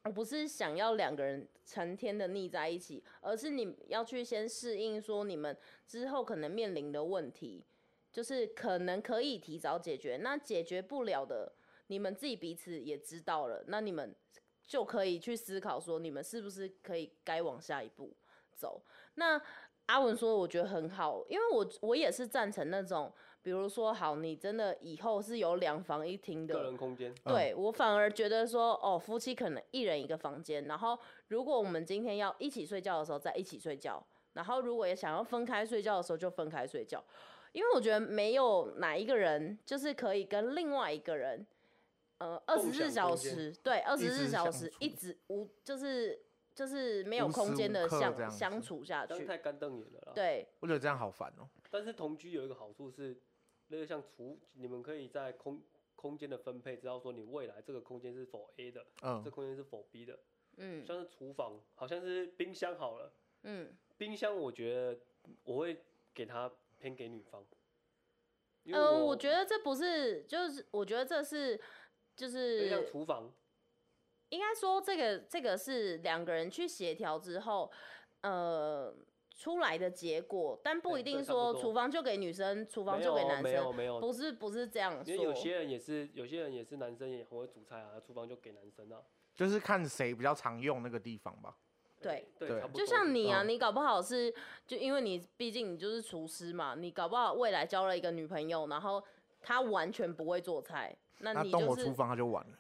Speaker 3: 我不是想要两个人成天的腻在一起，而是你要去先适应说你们之后可能面临的问题，就是可能可以提早解决，那解决不了的，你们自己彼此也知道了，那你们就可以去思考说你们是不是可以该往下一步走。那阿文说，我觉得很好，因为我我也是赞成那种，比如说，好，你真的以后是有两房一厅的，
Speaker 1: 个人空间。
Speaker 2: 嗯
Speaker 3: 对我反而觉得说，哦，夫妻可能一人一个房间，然后如果我们今天要一起睡觉的时候，再一起睡觉，然后如果也想要分开睡觉的时候，就分开睡觉，因为我觉得没有哪一个人就是可以跟另外一个人，呃，二十
Speaker 1: 共享
Speaker 3: 四小
Speaker 1: 空间
Speaker 3: 时，对，二
Speaker 2: 一
Speaker 3: 十
Speaker 2: 直
Speaker 3: 四小
Speaker 2: 相
Speaker 3: 时
Speaker 2: 处
Speaker 3: 一直无就是就是没有
Speaker 2: 无
Speaker 3: 空
Speaker 2: 时
Speaker 3: 间
Speaker 2: 无
Speaker 3: 的
Speaker 2: 刻这
Speaker 3: 相
Speaker 2: 样
Speaker 3: 相
Speaker 2: 子
Speaker 3: 处下
Speaker 1: 但是
Speaker 3: 去，
Speaker 1: 太干瞪眼了啦。。
Speaker 3: 对，
Speaker 2: 我觉得这样好烦哦、
Speaker 1: 但是同居有一个好处是，那个像厨，你们可以在空空间的分配，知道说你未来这个空间是否 A 的，这
Speaker 2: 嗯，
Speaker 1: 空间是否 B 的。
Speaker 3: 嗯
Speaker 1: 像是厨房，好像是冰箱好了，
Speaker 3: 嗯
Speaker 1: 冰箱我觉得我会给他偏给女方。因为
Speaker 3: 嗯、我觉
Speaker 1: 得
Speaker 3: 得这不是，就是我觉得这是，就
Speaker 1: 就像
Speaker 3: 是
Speaker 1: 厨房，
Speaker 3: 应该说这个这个是两个人去协调之后，呃。出来的结果，但不
Speaker 1: 对
Speaker 3: 一
Speaker 1: 对
Speaker 3: 定
Speaker 1: 差不
Speaker 3: 说
Speaker 1: 多
Speaker 3: 厨房就给女生，厨房
Speaker 1: 没
Speaker 3: 就给
Speaker 1: 有啊
Speaker 3: 男
Speaker 1: 没有
Speaker 3: 生，
Speaker 1: 没有，
Speaker 3: 不是不是这样说。
Speaker 1: 因为有些人也是有些人也是男生也很会煮菜啊，厨房就给男生啊。
Speaker 2: 就是看谁比较常用那个地方吧。
Speaker 1: 哎
Speaker 2: 对
Speaker 1: 对，差不多
Speaker 3: 就像你啊，
Speaker 2: 嗯
Speaker 3: 你搞不好是就因为你毕竟你就是厨师嘛，你搞不好未来交了一个女朋友，然后她完全不会做菜，那
Speaker 2: 那
Speaker 3: 你
Speaker 2: 动
Speaker 3: 就
Speaker 2: 我
Speaker 3: 是
Speaker 2: 厨房他就 完了，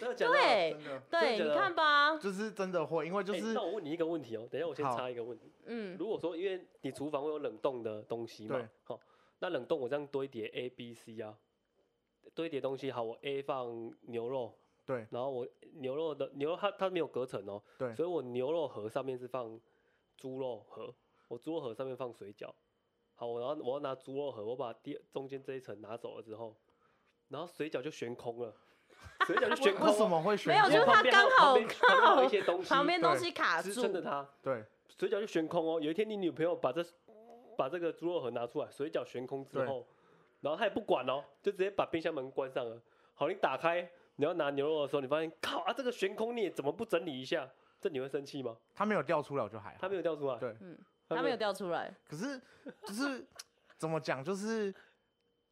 Speaker 1: 真的假的
Speaker 3: 对
Speaker 2: 真的
Speaker 1: 真的
Speaker 3: 对，
Speaker 1: 假
Speaker 3: 你
Speaker 1: 的
Speaker 3: 看吧，
Speaker 2: 就是真的会，因为就
Speaker 1: 哎
Speaker 2: 是
Speaker 1: 那我问你一个问题哦，等一下我先
Speaker 2: 好
Speaker 1: 插一个问题。
Speaker 3: 嗯，
Speaker 1: 如果说因为你厨房会有冷冻的东西
Speaker 2: 对
Speaker 1: 嘛，好，那冷冻我这样堆叠 A、B、C 啊，堆叠东西好，我 A 放牛肉，
Speaker 2: 对，
Speaker 1: 然后我牛肉的牛肉它它没有隔层哦，
Speaker 2: 对
Speaker 1: 所以我牛肉盒上面是放猪肉盒，我猪肉盒上面放水饺，好，我要我要拿猪肉盒，我把第中间这一层拿走了之后，然后水饺就悬空 了，水饺就悬
Speaker 2: 为
Speaker 1: 空
Speaker 2: 为什
Speaker 1: 了。
Speaker 2: 么会选
Speaker 3: 没有
Speaker 2: 这
Speaker 1: 因
Speaker 3: 就是
Speaker 1: 为
Speaker 2: 个
Speaker 1: 旁边还有
Speaker 3: 它刚好
Speaker 1: 旁边旁边还有一些东西，
Speaker 3: 旁边东
Speaker 2: 对
Speaker 3: 西卡
Speaker 1: 支
Speaker 3: 住，
Speaker 1: 撑着它，
Speaker 2: 对
Speaker 1: 水饺就悬空哦。有一天你女朋友把这把这个猪肉盒拿出来，水饺悬空之后，然后她也不管哦，就直接把冰箱门关上了。好，你打开你要拿牛肉的时候，你发现靠啊，这个悬空你也怎么不整理一下？这你会生气吗？
Speaker 2: 他没有掉出来我就还好
Speaker 1: 她没。有掉出来，
Speaker 2: 啊对
Speaker 3: 嗯，她没有掉出来，
Speaker 2: 可是就是 怎么讲，就是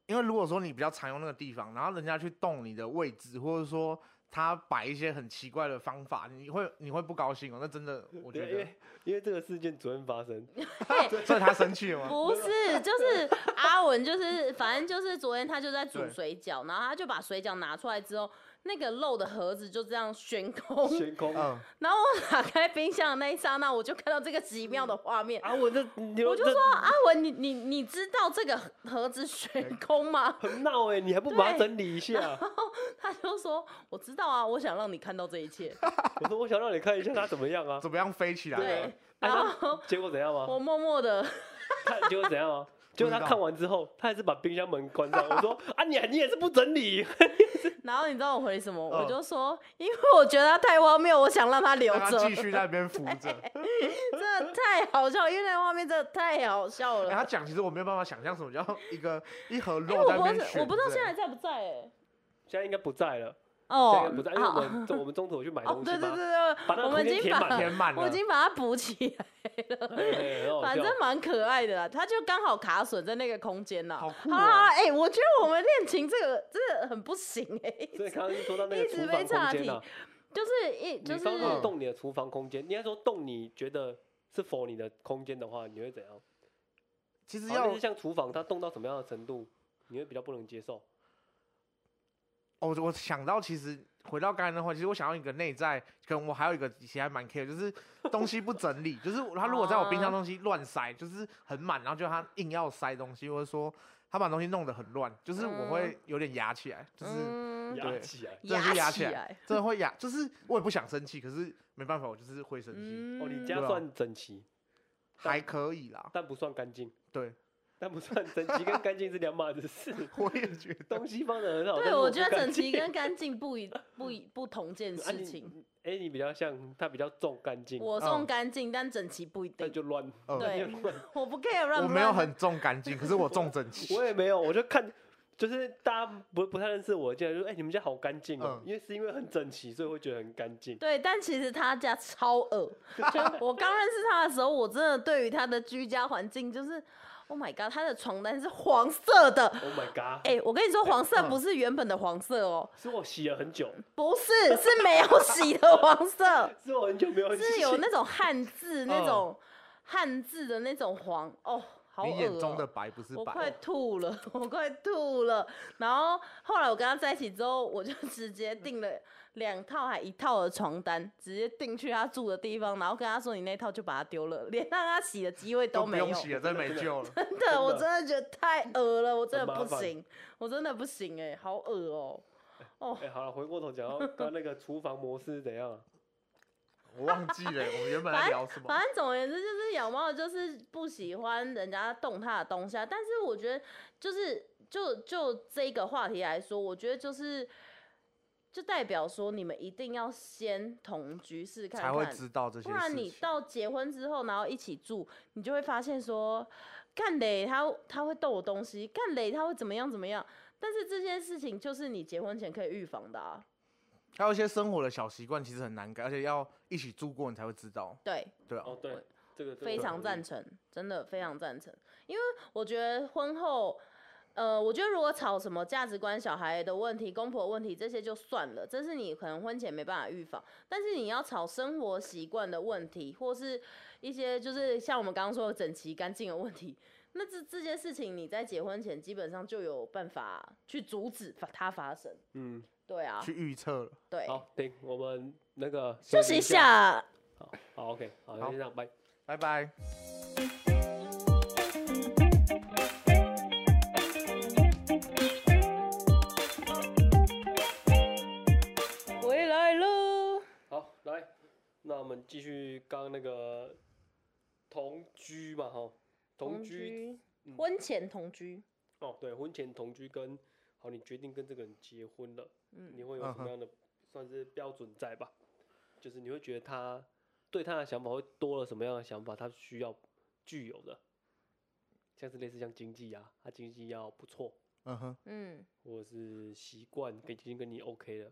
Speaker 2: 因为如果说你比较常用那个地方，然后人家去动你的位置，或者说他摆一些很奇怪的方法，你会你会不高兴哦。那 真的，我觉
Speaker 1: 对，因为
Speaker 2: 得，
Speaker 1: 因为这个事件昨天发 生，
Speaker 3: 嘿
Speaker 2: 所以他生气了吗？
Speaker 3: 不是， 就是阿文，就是反正就是昨天他就在煮
Speaker 2: 对
Speaker 3: 水饺，然后他就把水饺拿出来之后，那个肉的盒子就这样悬空，
Speaker 1: 悬空。
Speaker 2: 嗯，
Speaker 3: 然后我打开冰箱的那一刹那，我就看到这个奇妙的画面。
Speaker 2: 嗯
Speaker 1: 啊，我这牛
Speaker 3: 我就
Speaker 1: 这
Speaker 3: 说阿文，你你你知道这个盒子悬空吗？
Speaker 1: 很闹哎、你还不把它
Speaker 3: 对
Speaker 1: 整理一下？
Speaker 3: 他就说我知道啊，我想让你看到这一切。
Speaker 1: 我说我想让你看一下它怎么样啊。
Speaker 2: 怎么样飞起来了
Speaker 3: 对？，
Speaker 1: 哎
Speaker 3: 然
Speaker 1: 那
Speaker 3: 后
Speaker 1: 结果怎样吗？
Speaker 2: 哦
Speaker 3: 我默默的，
Speaker 1: 他结果怎 样啊？结果
Speaker 2: 不
Speaker 1: 他
Speaker 2: 知道
Speaker 1: 看完之后，他还是把冰箱门关上。我说啊，你你也是不整理，
Speaker 3: 然后你知道我回什么？
Speaker 2: 嗯
Speaker 3: 我就说，因为我觉得他太荒谬，我想让他留
Speaker 2: 让
Speaker 3: 着。
Speaker 2: 他继续在那边扶着。
Speaker 3: 真的太好笑，因为那画面真的太好笑
Speaker 2: 哎，
Speaker 3: 了。
Speaker 2: 他讲，其实我没有办法想象什么叫一个一盒
Speaker 3: 因为
Speaker 2: 肉
Speaker 3: 我
Speaker 2: 在
Speaker 3: 不
Speaker 2: 那边
Speaker 3: 知道
Speaker 2: 悬着
Speaker 3: 我不知道现在还在不在哎、
Speaker 1: 现在应该不在了，现在应
Speaker 3: 哦
Speaker 1: 该不在，因为我们我们中途有去买
Speaker 3: 哦
Speaker 1: 东西
Speaker 3: 对对对
Speaker 1: 嘛，把
Speaker 3: 对，
Speaker 1: 那
Speaker 3: 我们已
Speaker 1: 个空间
Speaker 3: 经
Speaker 1: 填
Speaker 3: 把
Speaker 1: 满，
Speaker 2: 填满
Speaker 3: 我
Speaker 2: 了
Speaker 3: 已，经把它补起来，
Speaker 1: 嘿嘿很好
Speaker 3: 反
Speaker 1: 笑。
Speaker 3: 正蛮可爱的啦。它就刚好卡损在那个空间呐。
Speaker 2: 好酷
Speaker 3: 好啦好
Speaker 1: 哦
Speaker 3: 啦
Speaker 2: 啊！
Speaker 3: 哎、我觉得我们恋情这个真的很不行哎、
Speaker 1: 所以刚刚是说到那个
Speaker 3: 一直
Speaker 1: 厨
Speaker 3: 被
Speaker 1: 房
Speaker 3: 岔
Speaker 1: 空间啊，
Speaker 3: 就是一就
Speaker 1: 女
Speaker 3: 是
Speaker 1: 方如果
Speaker 2: 嗯
Speaker 1: 动你的厨房空间，应该说动你觉得是否你的空间的话，你会怎样？
Speaker 2: 其实
Speaker 1: 好
Speaker 2: 要
Speaker 1: 像是像厨房，它动到什么样的程度，你会比较不能接受？
Speaker 2: 哦，我想到其实回到刚才那话，其实我想要一个内在，跟我还有一个其实还蛮 care，就是东西不整理，就是他如果在我冰箱
Speaker 3: 啊
Speaker 2: 东西乱塞，就是很满，然后就他硬要塞东西，或者说他把东西弄得很乱，就是我会有点压起来，就是
Speaker 3: 嗯，
Speaker 1: 压
Speaker 2: 对
Speaker 1: 起来。
Speaker 2: 真的是压
Speaker 3: 起
Speaker 2: 起来
Speaker 3: 来。
Speaker 2: 真的会压，就是我也不想生气，可是没办法，我就是会生气，
Speaker 3: 嗯
Speaker 1: 哦，你家
Speaker 2: 对啊
Speaker 1: 算整齐，
Speaker 2: 还可以啦，
Speaker 1: 但不算干净。
Speaker 2: 对，
Speaker 1: 但不算整齐跟干净是两码 子事。
Speaker 2: 我也觉得
Speaker 1: 东西放的很好，但
Speaker 3: 对，
Speaker 1: 是
Speaker 3: 我
Speaker 1: 不
Speaker 3: 觉得
Speaker 1: 干
Speaker 3: 整齐
Speaker 1: 净
Speaker 3: 跟干净不一不一不同件
Speaker 1: 啊
Speaker 3: 事
Speaker 1: 你
Speaker 3: 情。
Speaker 1: 哎、你比较像他比较重干净，
Speaker 3: 我
Speaker 2: 嗯
Speaker 3: 送干净，但整齐不一
Speaker 1: 那
Speaker 3: 定。
Speaker 1: 就乱，那
Speaker 2: 嗯
Speaker 1: 就
Speaker 3: 对
Speaker 1: 乱。
Speaker 3: 我不 care 乱
Speaker 2: 我
Speaker 3: 不
Speaker 2: 没有
Speaker 3: 乱的
Speaker 2: 很重干净，可是我重整齐，
Speaker 1: 我也没有，我就看，就是大家不不太认识我，进来就说，哎、你们家好干净哦，
Speaker 2: 嗯
Speaker 1: 因为是因为很整齐，所以会觉得很干净。
Speaker 3: 对，但其实他家超恶。就我刚认识他的时候，我真的对于他的居家环境就是，Oh my god，他的床单是黄色的。
Speaker 1: Oh my god，、
Speaker 3: 哎、我跟你说，黄色
Speaker 2: 嗯
Speaker 3: 不是原本的黄色哦，
Speaker 1: 是我洗了很久，，
Speaker 3: 不是，是没有洗的黄 色
Speaker 1: 是我很久没有洗，
Speaker 3: 是有那种汉字那
Speaker 2: 嗯
Speaker 3: 种汉字的那种黄哦，好恶、
Speaker 2: 你
Speaker 3: 哦。
Speaker 2: 眼中的白不是
Speaker 3: 我快
Speaker 2: 白，哦
Speaker 3: 吐了，我快吐了。然后后来我跟他在一起之后，我就直接订了两套还一套的床单，直接订去他住的地方，然后跟他说你那套就把它丢了，连让他洗的机会
Speaker 2: 都不
Speaker 3: 没有。
Speaker 2: 用洗了，真没救了。
Speaker 3: 真的，我
Speaker 1: 真的
Speaker 3: 真的觉得太恶了，我真的
Speaker 1: 很麻
Speaker 3: 不
Speaker 1: 烦
Speaker 3: 行，我真的不行哎、好恶哦、
Speaker 1: 哎、好了，回过头讲到刚刚那个厨房模式是怎样啊？
Speaker 2: 我忘记了，我们原本在聊什么
Speaker 3: 反？正总而言之，就是养猫就是不喜欢人家动它的东西啊。但是我觉得，就是就就这个话题来说，我觉得就是就代表说，你们一定要先同居试看
Speaker 2: 才会
Speaker 3: 看，
Speaker 2: 知道这些
Speaker 3: 不
Speaker 2: 事
Speaker 3: 然你
Speaker 2: 情。
Speaker 3: 到结婚之后，然后一起住，你就会发现说，干磊他他会逗我东西，干磊他会怎么样怎么样。但是这件事情就是你结婚前可以预防的啊，
Speaker 2: 还有一些生活的小习惯其实很难改，而且要一起住过你才会知道，
Speaker 3: 对，
Speaker 2: 对啊，
Speaker 1: 哦， 对，这个这个
Speaker 3: 非
Speaker 1: 我
Speaker 3: 常
Speaker 1: 同
Speaker 3: 赞
Speaker 1: 意
Speaker 3: 成，真的非常赞成。因为我觉得婚后，呃，我觉得如果吵什么价值观、小孩的问题、公婆的问题这些就算了，这是你可能婚前没办法预防。但是你要吵生活习惯的问题，或是一些就是像我们刚刚说的整齐干净的问题，那这这件事情你在结婚前基本上就有办法去阻止发它发生。
Speaker 1: 嗯，
Speaker 3: 对啊
Speaker 2: 去，预测了。
Speaker 3: 对，
Speaker 1: 好，停，我们那个
Speaker 3: 休息一。下。
Speaker 1: 好好，OK，好，
Speaker 2: 好
Speaker 1: 先这样，拜。
Speaker 2: 拜拜。
Speaker 3: 回来喽。
Speaker 1: 好，来，那我们继续刚刚那个同居嘛，哈，同居嗯
Speaker 3: 婚前同居，
Speaker 1: 哦，对，婚前同居跟好，你决定跟这个人结婚了，你
Speaker 3: 嗯，
Speaker 1: 会有
Speaker 2: 嗯
Speaker 1: 什么
Speaker 2: 哼
Speaker 1: 样的算是标准在吧？就是你会觉得他对他的想法会多了什么样的想法，他需要具有的，像是类似像经济啊，他经济要不错，
Speaker 2: 嗯哼，
Speaker 3: 嗯，
Speaker 1: 或者是习惯跟已经跟你 OK 了，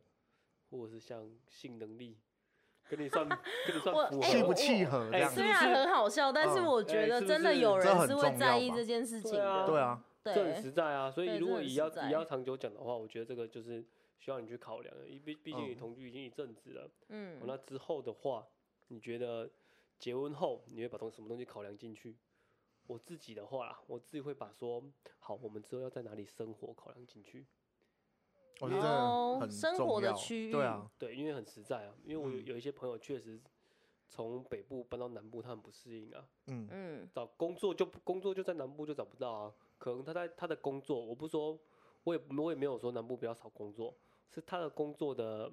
Speaker 1: 或者是像性能力，跟你算跟你
Speaker 3: 我
Speaker 1: 算符合，
Speaker 3: 哎
Speaker 2: 契
Speaker 3: 我
Speaker 2: 不契合这
Speaker 1: 哎
Speaker 2: 样
Speaker 1: 是
Speaker 2: 子
Speaker 3: 虽？然很好笑，但是
Speaker 2: 嗯
Speaker 3: 我觉
Speaker 1: 哎
Speaker 3: 得
Speaker 1: 是不
Speaker 3: 真的
Speaker 1: 是
Speaker 3: 有
Speaker 2: 这
Speaker 3: 人
Speaker 2: 很
Speaker 3: 是会
Speaker 2: 重
Speaker 3: 在
Speaker 2: 要
Speaker 3: 意
Speaker 2: 吧
Speaker 3: 这件事
Speaker 1: 对
Speaker 3: 情的，
Speaker 1: 啊
Speaker 2: 对啊，
Speaker 1: 这很
Speaker 3: 对，
Speaker 1: 实在啊。所以
Speaker 3: 对
Speaker 1: 如
Speaker 3: 这
Speaker 1: 果
Speaker 3: 很
Speaker 1: 也
Speaker 3: 实
Speaker 1: 要
Speaker 3: 在
Speaker 1: 也要长久讲的话，我觉得这个就是需要你去考量的，因毕毕竟你
Speaker 2: 嗯
Speaker 1: 同居已经一阵子了，哦
Speaker 3: 嗯，
Speaker 1: 那之后的话，你觉得结婚后你会把东什么东西考量进去？我自己的话啦，我自己会把说好，我们之后要在哪里生活考量进去。
Speaker 2: 我觉得真的
Speaker 3: 哦
Speaker 2: 很
Speaker 3: 生
Speaker 2: 重
Speaker 3: 活的
Speaker 2: 要
Speaker 3: 区
Speaker 2: 对
Speaker 3: 域
Speaker 2: 啊，
Speaker 1: 对，因为很实在啊，因为我有
Speaker 2: 嗯
Speaker 1: 有一些朋友确实从北部搬到南部，他很不适应啊，
Speaker 2: 嗯，
Speaker 3: 嗯，
Speaker 1: 找工作就不工作就在南部就找不到啊，可能他在他的工作，我不说，我也我也没有说南部比较少工作，是他的工作的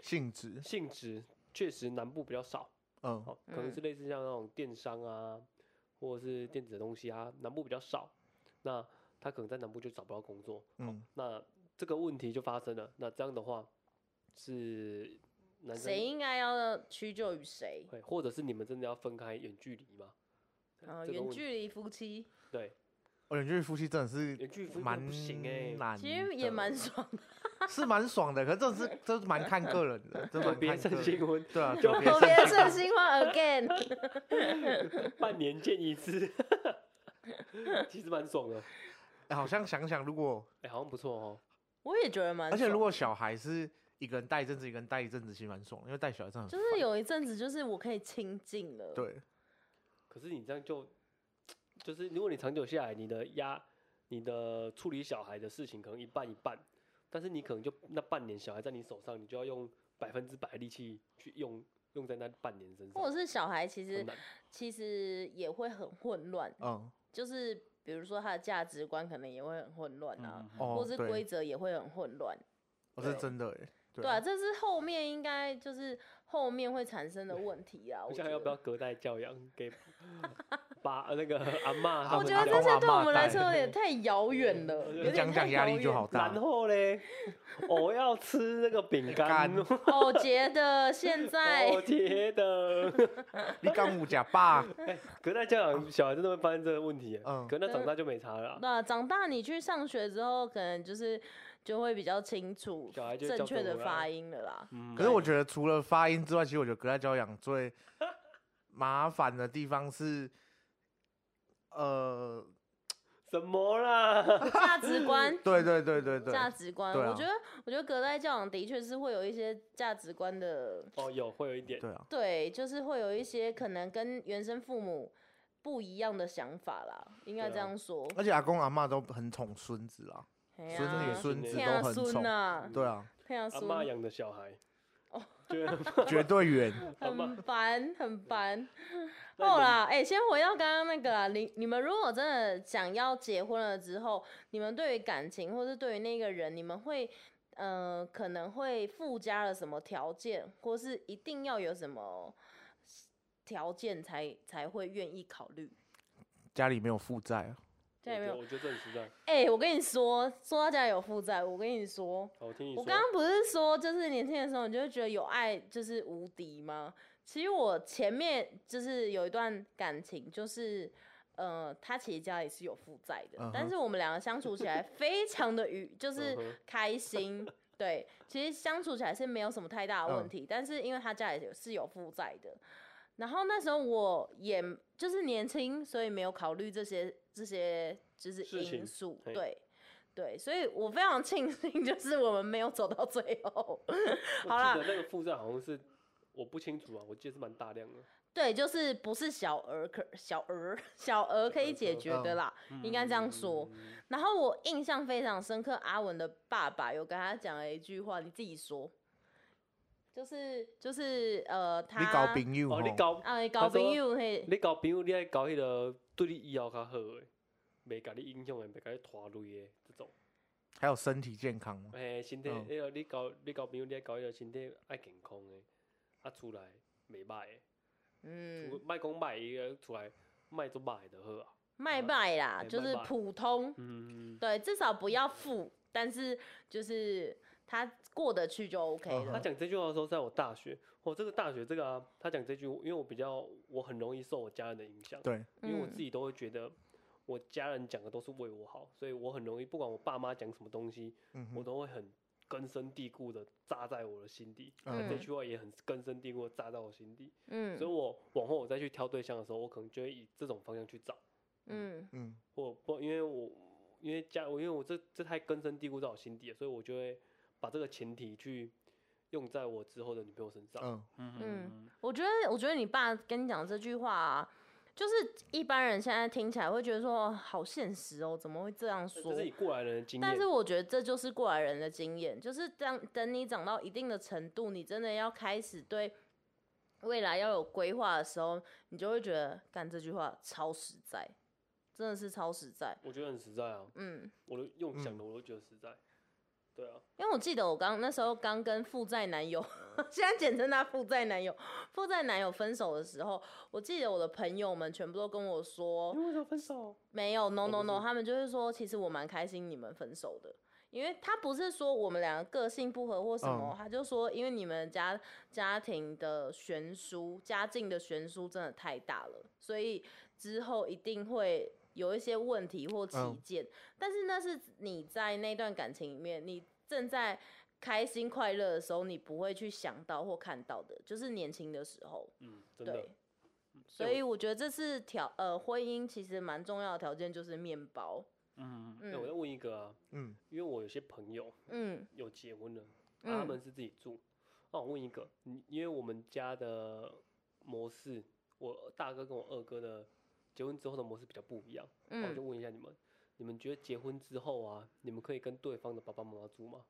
Speaker 2: 性质，
Speaker 1: 性质确实南部比较少，
Speaker 2: 嗯
Speaker 1: 哦，可能是类似像那种电商啊，或者是电子的东西啊，南部比较少，那他可能在南部就找不到工作，
Speaker 2: 嗯，
Speaker 1: 那这个问题就发生了，那这样的话是男生
Speaker 3: 谁应该要屈就于谁？
Speaker 1: 对，或者是你们真的要分开远距离嘛？
Speaker 3: 然后
Speaker 1: 这
Speaker 3: 啊
Speaker 1: 个
Speaker 3: 远
Speaker 1: 问
Speaker 3: 距离夫妻
Speaker 1: 对
Speaker 2: 我远距离夫妻真的是
Speaker 1: 远距离夫妻
Speaker 2: 蛮
Speaker 1: 不行哎、
Speaker 2: 难的，
Speaker 3: 欸其实也蛮爽 的，
Speaker 2: 是蛮爽的，可是这是这是蛮看个人的，真
Speaker 1: 就
Speaker 2: 蛮
Speaker 1: 别
Speaker 2: 看
Speaker 1: 趁
Speaker 2: 个
Speaker 1: 新
Speaker 2: 人。
Speaker 1: 婚，
Speaker 2: 对啊，
Speaker 1: 就
Speaker 2: 就别
Speaker 3: 我
Speaker 2: 趁
Speaker 3: 别
Speaker 2: 新
Speaker 3: 真心 话 again，
Speaker 1: 半年见一次， 其实蛮爽的，
Speaker 2: 哎好像想想，如果
Speaker 1: 哎、好像不错哦。
Speaker 3: 我也觉得蛮
Speaker 2: 而
Speaker 3: 爽的，
Speaker 2: 且如果小孩是一个人带一阵子，一个人带一阵子，其实蛮爽的，因为带小孩真的很
Speaker 3: 就是
Speaker 2: 烦
Speaker 3: 有一阵子就是我可以亲近了，，
Speaker 2: 对
Speaker 1: 可是你这样就，就是如果你长久下来，你的压，你的处理小孩的事情可能一半一半，但是你可能就那半年小孩在你手上，你就要用百分之百的力气去用用在那半年身
Speaker 3: 或
Speaker 1: 上，
Speaker 3: 者是小孩其
Speaker 1: 很
Speaker 3: 实
Speaker 1: 难。
Speaker 3: 其实也会很混乱，
Speaker 2: 嗯
Speaker 3: 就是比如说他的价值观可能也会很混乱啊，
Speaker 1: 嗯
Speaker 2: 哦
Speaker 3: 或是规
Speaker 2: 对，
Speaker 3: 则也会很混乱。
Speaker 2: 我是
Speaker 3: 对
Speaker 2: 真的哎，
Speaker 3: 对啊，这是后面应该就是后面会产生的问题啊。我
Speaker 1: 现
Speaker 3: 觉
Speaker 1: 在要不要
Speaker 3: 得，
Speaker 1: 隔代教养给把呃那个阿妈他
Speaker 3: 我
Speaker 1: 们
Speaker 3: 觉得
Speaker 1: 家
Speaker 3: 这
Speaker 2: 阿
Speaker 3: 些对
Speaker 2: 嬷
Speaker 3: 我们来
Speaker 2: 带
Speaker 3: 说有点太遥远了，有
Speaker 1: 你
Speaker 3: 点
Speaker 2: 讲
Speaker 3: 太
Speaker 2: 讲压
Speaker 3: 遥
Speaker 2: 力就
Speaker 3: 远
Speaker 2: 好大
Speaker 1: 然后嘞，我要吃那个饼干。
Speaker 2: 干
Speaker 3: 哦，觉得现在
Speaker 1: 我觉得，
Speaker 2: 啊你敢五假爸，
Speaker 1: 哎，隔代教养小孩真的会发现这个问题耶，
Speaker 2: 嗯
Speaker 1: 可能他长大就没差了啊。
Speaker 3: 对啊，长大你去上学之后，可能就是就会比较清楚
Speaker 1: 小孩就
Speaker 3: 正
Speaker 1: 叫
Speaker 3: 确
Speaker 1: 中
Speaker 3: 的
Speaker 1: 文啊
Speaker 3: 发音了 啦。
Speaker 1: 嗯
Speaker 2: 可是我觉得除了发音之外，其实我觉得隔代教养最麻烦的地方是，呃，，
Speaker 1: 哎什么啦？
Speaker 3: 价值观
Speaker 2: 对对对对对，
Speaker 3: 价值观，
Speaker 2: 对
Speaker 3: 我
Speaker 2: 啊
Speaker 3: 觉得我觉得隔代教养的确是会有一些价值观的
Speaker 1: 哦，有会有一点，
Speaker 2: 对啊，
Speaker 3: 对，就是会有一些可能跟原生父母不一样的想法啦，应该
Speaker 1: 对
Speaker 3: 这
Speaker 1: 啊
Speaker 3: 样说。
Speaker 2: 而且阿公阿妈都很宠孙子啦，
Speaker 3: 嘿
Speaker 2: 孙
Speaker 1: 真的
Speaker 3: 啊
Speaker 2: 女
Speaker 1: 也
Speaker 2: 孙子
Speaker 1: 天
Speaker 2: 都
Speaker 3: 啊
Speaker 2: 很
Speaker 3: 孙
Speaker 2: 宠，
Speaker 3: 呐，
Speaker 2: 对啊，
Speaker 3: 嘿啊
Speaker 1: 阿妈
Speaker 3: 孙，
Speaker 1: 养的小孩， 觉得
Speaker 2: 绝对远，
Speaker 1: 阿妈
Speaker 3: 哦很烦很烦。
Speaker 1: 那你
Speaker 3: 哦啦，哎、先回到刚刚那个啦，你你们如果真的想要结婚了之后，你们对于感情或是对于那个人，你们会呃可能会附加了什么条件，或是一定要有什么条件才才会愿意考虑？
Speaker 2: 家里没有负债啊，
Speaker 3: 家里没有
Speaker 1: 我觉得我觉得这很实在。
Speaker 3: 哎、我跟你说，说到家里有负债，我跟你说，
Speaker 1: 哦好，我听你
Speaker 3: 我
Speaker 1: 说。
Speaker 3: 刚刚不是说，就是年轻的时候，你就会觉得有爱就是无敌吗？其实我前面就是有一段感情，就是呃，他其实家里是有负债的
Speaker 2: 嗯哼
Speaker 3: 但是我们两个相处起来非常的愉，就是
Speaker 1: 嗯哼
Speaker 3: 开心。 对，其实相处起来是没有什么太大的问
Speaker 2: 嗯
Speaker 3: 题，但是因为他家里是有负债的，然后那时候我也就是年轻，所以没有考虑这些这些就是
Speaker 1: 事
Speaker 3: 因
Speaker 1: 情
Speaker 3: 素，
Speaker 1: 嘿
Speaker 3: 对。对，所以我非常庆幸，就是我们没有走到最后。
Speaker 1: 我
Speaker 3: 好啦
Speaker 1: 记得那个负债好像是我不清楚啊，我记得是蛮大量的。
Speaker 3: 对，就是不是小额可小额小额可以解决的啦，
Speaker 1: 嗯
Speaker 3: 应该这样说。然后我印象非常深刻，阿文的爸爸有跟他讲了一句话，你自己说，就是就是呃，他
Speaker 2: 你搞朋友
Speaker 1: 哦，你
Speaker 2: 吼
Speaker 1: 搞
Speaker 3: 啊，你搞朋友嘿，
Speaker 1: 你交朋友，你爱交迄个对你以后较好诶，袂甲你影响诶，袂甲你拖累诶，这种。
Speaker 2: 还有身体健康吗？
Speaker 1: 诶、身体，
Speaker 2: 嗯
Speaker 1: 迄个、你交你交朋友，你爱交迄个身体爱健康诶，啊，厝内袂歹诶，
Speaker 3: 嗯，
Speaker 1: 莫讲歹伊个厝内卖做歹就好啊。
Speaker 3: 卖卖啦，
Speaker 1: 哎
Speaker 3: 就是
Speaker 1: 卖卖
Speaker 3: 普通，
Speaker 1: 嗯，
Speaker 3: 对，至少不要富，但是就是他过得去就 OK
Speaker 2: 嗯
Speaker 1: 他
Speaker 3: 了。
Speaker 1: 讲这句话的时候，在我大学，哦我这个大学这个啊，他讲这句，因为我比较，我很容易受我家人的影响。
Speaker 2: 对，
Speaker 1: 因为我
Speaker 3: 嗯
Speaker 1: 自己都会觉得我家人讲的都是为我好，所以我很容易不管我爸妈讲什么东西，
Speaker 2: 嗯
Speaker 1: 我
Speaker 2: 哼，
Speaker 1: 都会很根深蒂固的扎在我的心底。
Speaker 2: 嗯
Speaker 1: 这
Speaker 3: 嗯
Speaker 1: 句话也很根深蒂固的扎在我心底，所以
Speaker 3: 嗯
Speaker 1: 我往后我再去挑对象的时候，我可能就会以这种方向去找。
Speaker 3: 嗯
Speaker 2: 嗯，
Speaker 1: 我不因为我因为家我因为我这这太根深蒂固在我心底了，所以我就会把这个前提去用在我之后的女朋友身上。
Speaker 2: 嗯，
Speaker 1: 嗯
Speaker 3: 嗯，我觉得，我觉得你爸跟你讲这句话、啊，就是一般人现在听起来会觉得说，哦好现实哦，怎么会这样说
Speaker 1: 这？是以过来人的经验
Speaker 3: 但是。我觉得这就是过来人的经验，就是当等你长到一定的程度，你真的要开始对未来要有规划的时候，你就会觉得，干这句话超实在，真的是超实在。
Speaker 1: 我觉得很实在啊，
Speaker 3: 嗯，
Speaker 1: 我都用想的我都觉得实在，对啊，
Speaker 3: 因为我记得我刚那时候刚跟负债男友， 现在简称他负债男友，负债男友分手的时候，我记得我的朋友们全部都跟我说
Speaker 1: 你，为什么分手？
Speaker 3: 没有，no no
Speaker 1: 哦不
Speaker 3: no，
Speaker 1: 是
Speaker 3: 他们就是说，其实我蛮开心你们分手的，因为他不是说我们两个个性不合或什么，
Speaker 2: 嗯
Speaker 3: 他就说因为你们家家庭的悬殊，家境的悬殊真的太大了，所以之后一定会有一些问题或起
Speaker 2: 嗯
Speaker 3: 见，但是那是你在那段感情里面，你正在。开心快乐的时候，你不会去想到或看到的，就是年轻的时候。
Speaker 1: 嗯，真的哎
Speaker 3: 对，，所以我觉得这是条呃婚姻其实蛮重要的条件就是面包。
Speaker 1: 嗯，哎、
Speaker 3: 嗯
Speaker 1: 我再问一个啊，
Speaker 2: 嗯，
Speaker 1: 因为我有些朋友
Speaker 3: 嗯
Speaker 1: 有结婚了，啊他
Speaker 3: 嗯
Speaker 1: 们是自己住。那、我问一个，你因为我们家的模式，我大哥跟我二哥的结婚之后的模式比较不一样，那我就
Speaker 3: 嗯，
Speaker 1: 问一下你们，你们觉得结婚之后啊，你们可以跟对方的爸爸妈妈住吗？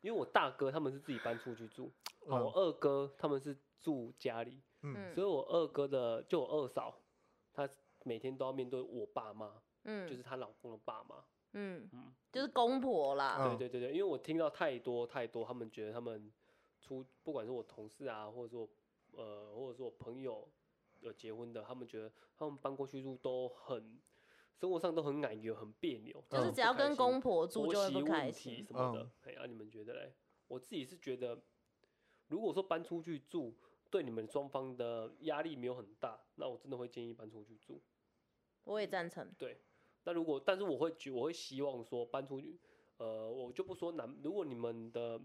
Speaker 1: 因为我大哥他们是自己搬出去住，啊我
Speaker 2: 嗯，
Speaker 1: 二哥他们是住家里，
Speaker 2: 嗯，
Speaker 1: 所以我二哥的就我二嫂，她每天都要面对我爸妈，
Speaker 3: 嗯
Speaker 1: 就是她老公的爸妈。
Speaker 3: 嗯
Speaker 1: 嗯，
Speaker 3: 就是公婆啦。
Speaker 1: 对
Speaker 2: 嗯
Speaker 1: 对对对，因为我听到太多太多，他们觉得他们出不管是我同事啊，或者说呃，或者说我朋友有结婚的，他们觉得他们搬过去住都很生活上都很感觉很别扭，
Speaker 3: 就是
Speaker 1: 很
Speaker 3: 只
Speaker 1: 不
Speaker 3: 要
Speaker 1: 开
Speaker 3: 跟
Speaker 1: 心
Speaker 3: 公婆住
Speaker 1: 婆
Speaker 3: 就会
Speaker 1: 媳
Speaker 3: 不开
Speaker 1: 问题
Speaker 3: 心。
Speaker 1: 什么的
Speaker 2: 嗯。
Speaker 1: 哎、啊，你们觉得嘞？我自己是觉得，如果说搬出去住，对你们双方的压力没有很大，那我真的会建议搬出去住。
Speaker 3: 我也赞成。
Speaker 1: 那如果，但是我会觉，我会希望说搬出去，呃，我就不说男，如果你们的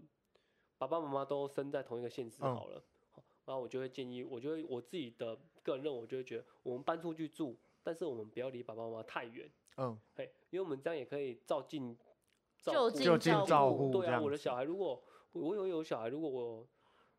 Speaker 1: 爸爸妈妈都生在同一个县市
Speaker 2: 嗯
Speaker 1: 好了，好然后我就会建议，我就会我自己的个人认为，我就会觉得我们搬出去住，但是我们不要离爸爸妈妈太远，
Speaker 2: 嗯，
Speaker 1: 嘿，因为我们这样也可以照进
Speaker 3: 就
Speaker 1: 顾
Speaker 3: 近
Speaker 2: 就近照
Speaker 3: 顾
Speaker 2: 顾
Speaker 1: 对
Speaker 2: 这
Speaker 1: 啊，
Speaker 2: 样
Speaker 1: 我的
Speaker 2: 子，
Speaker 1: 小孩如果我有有小孩，如果我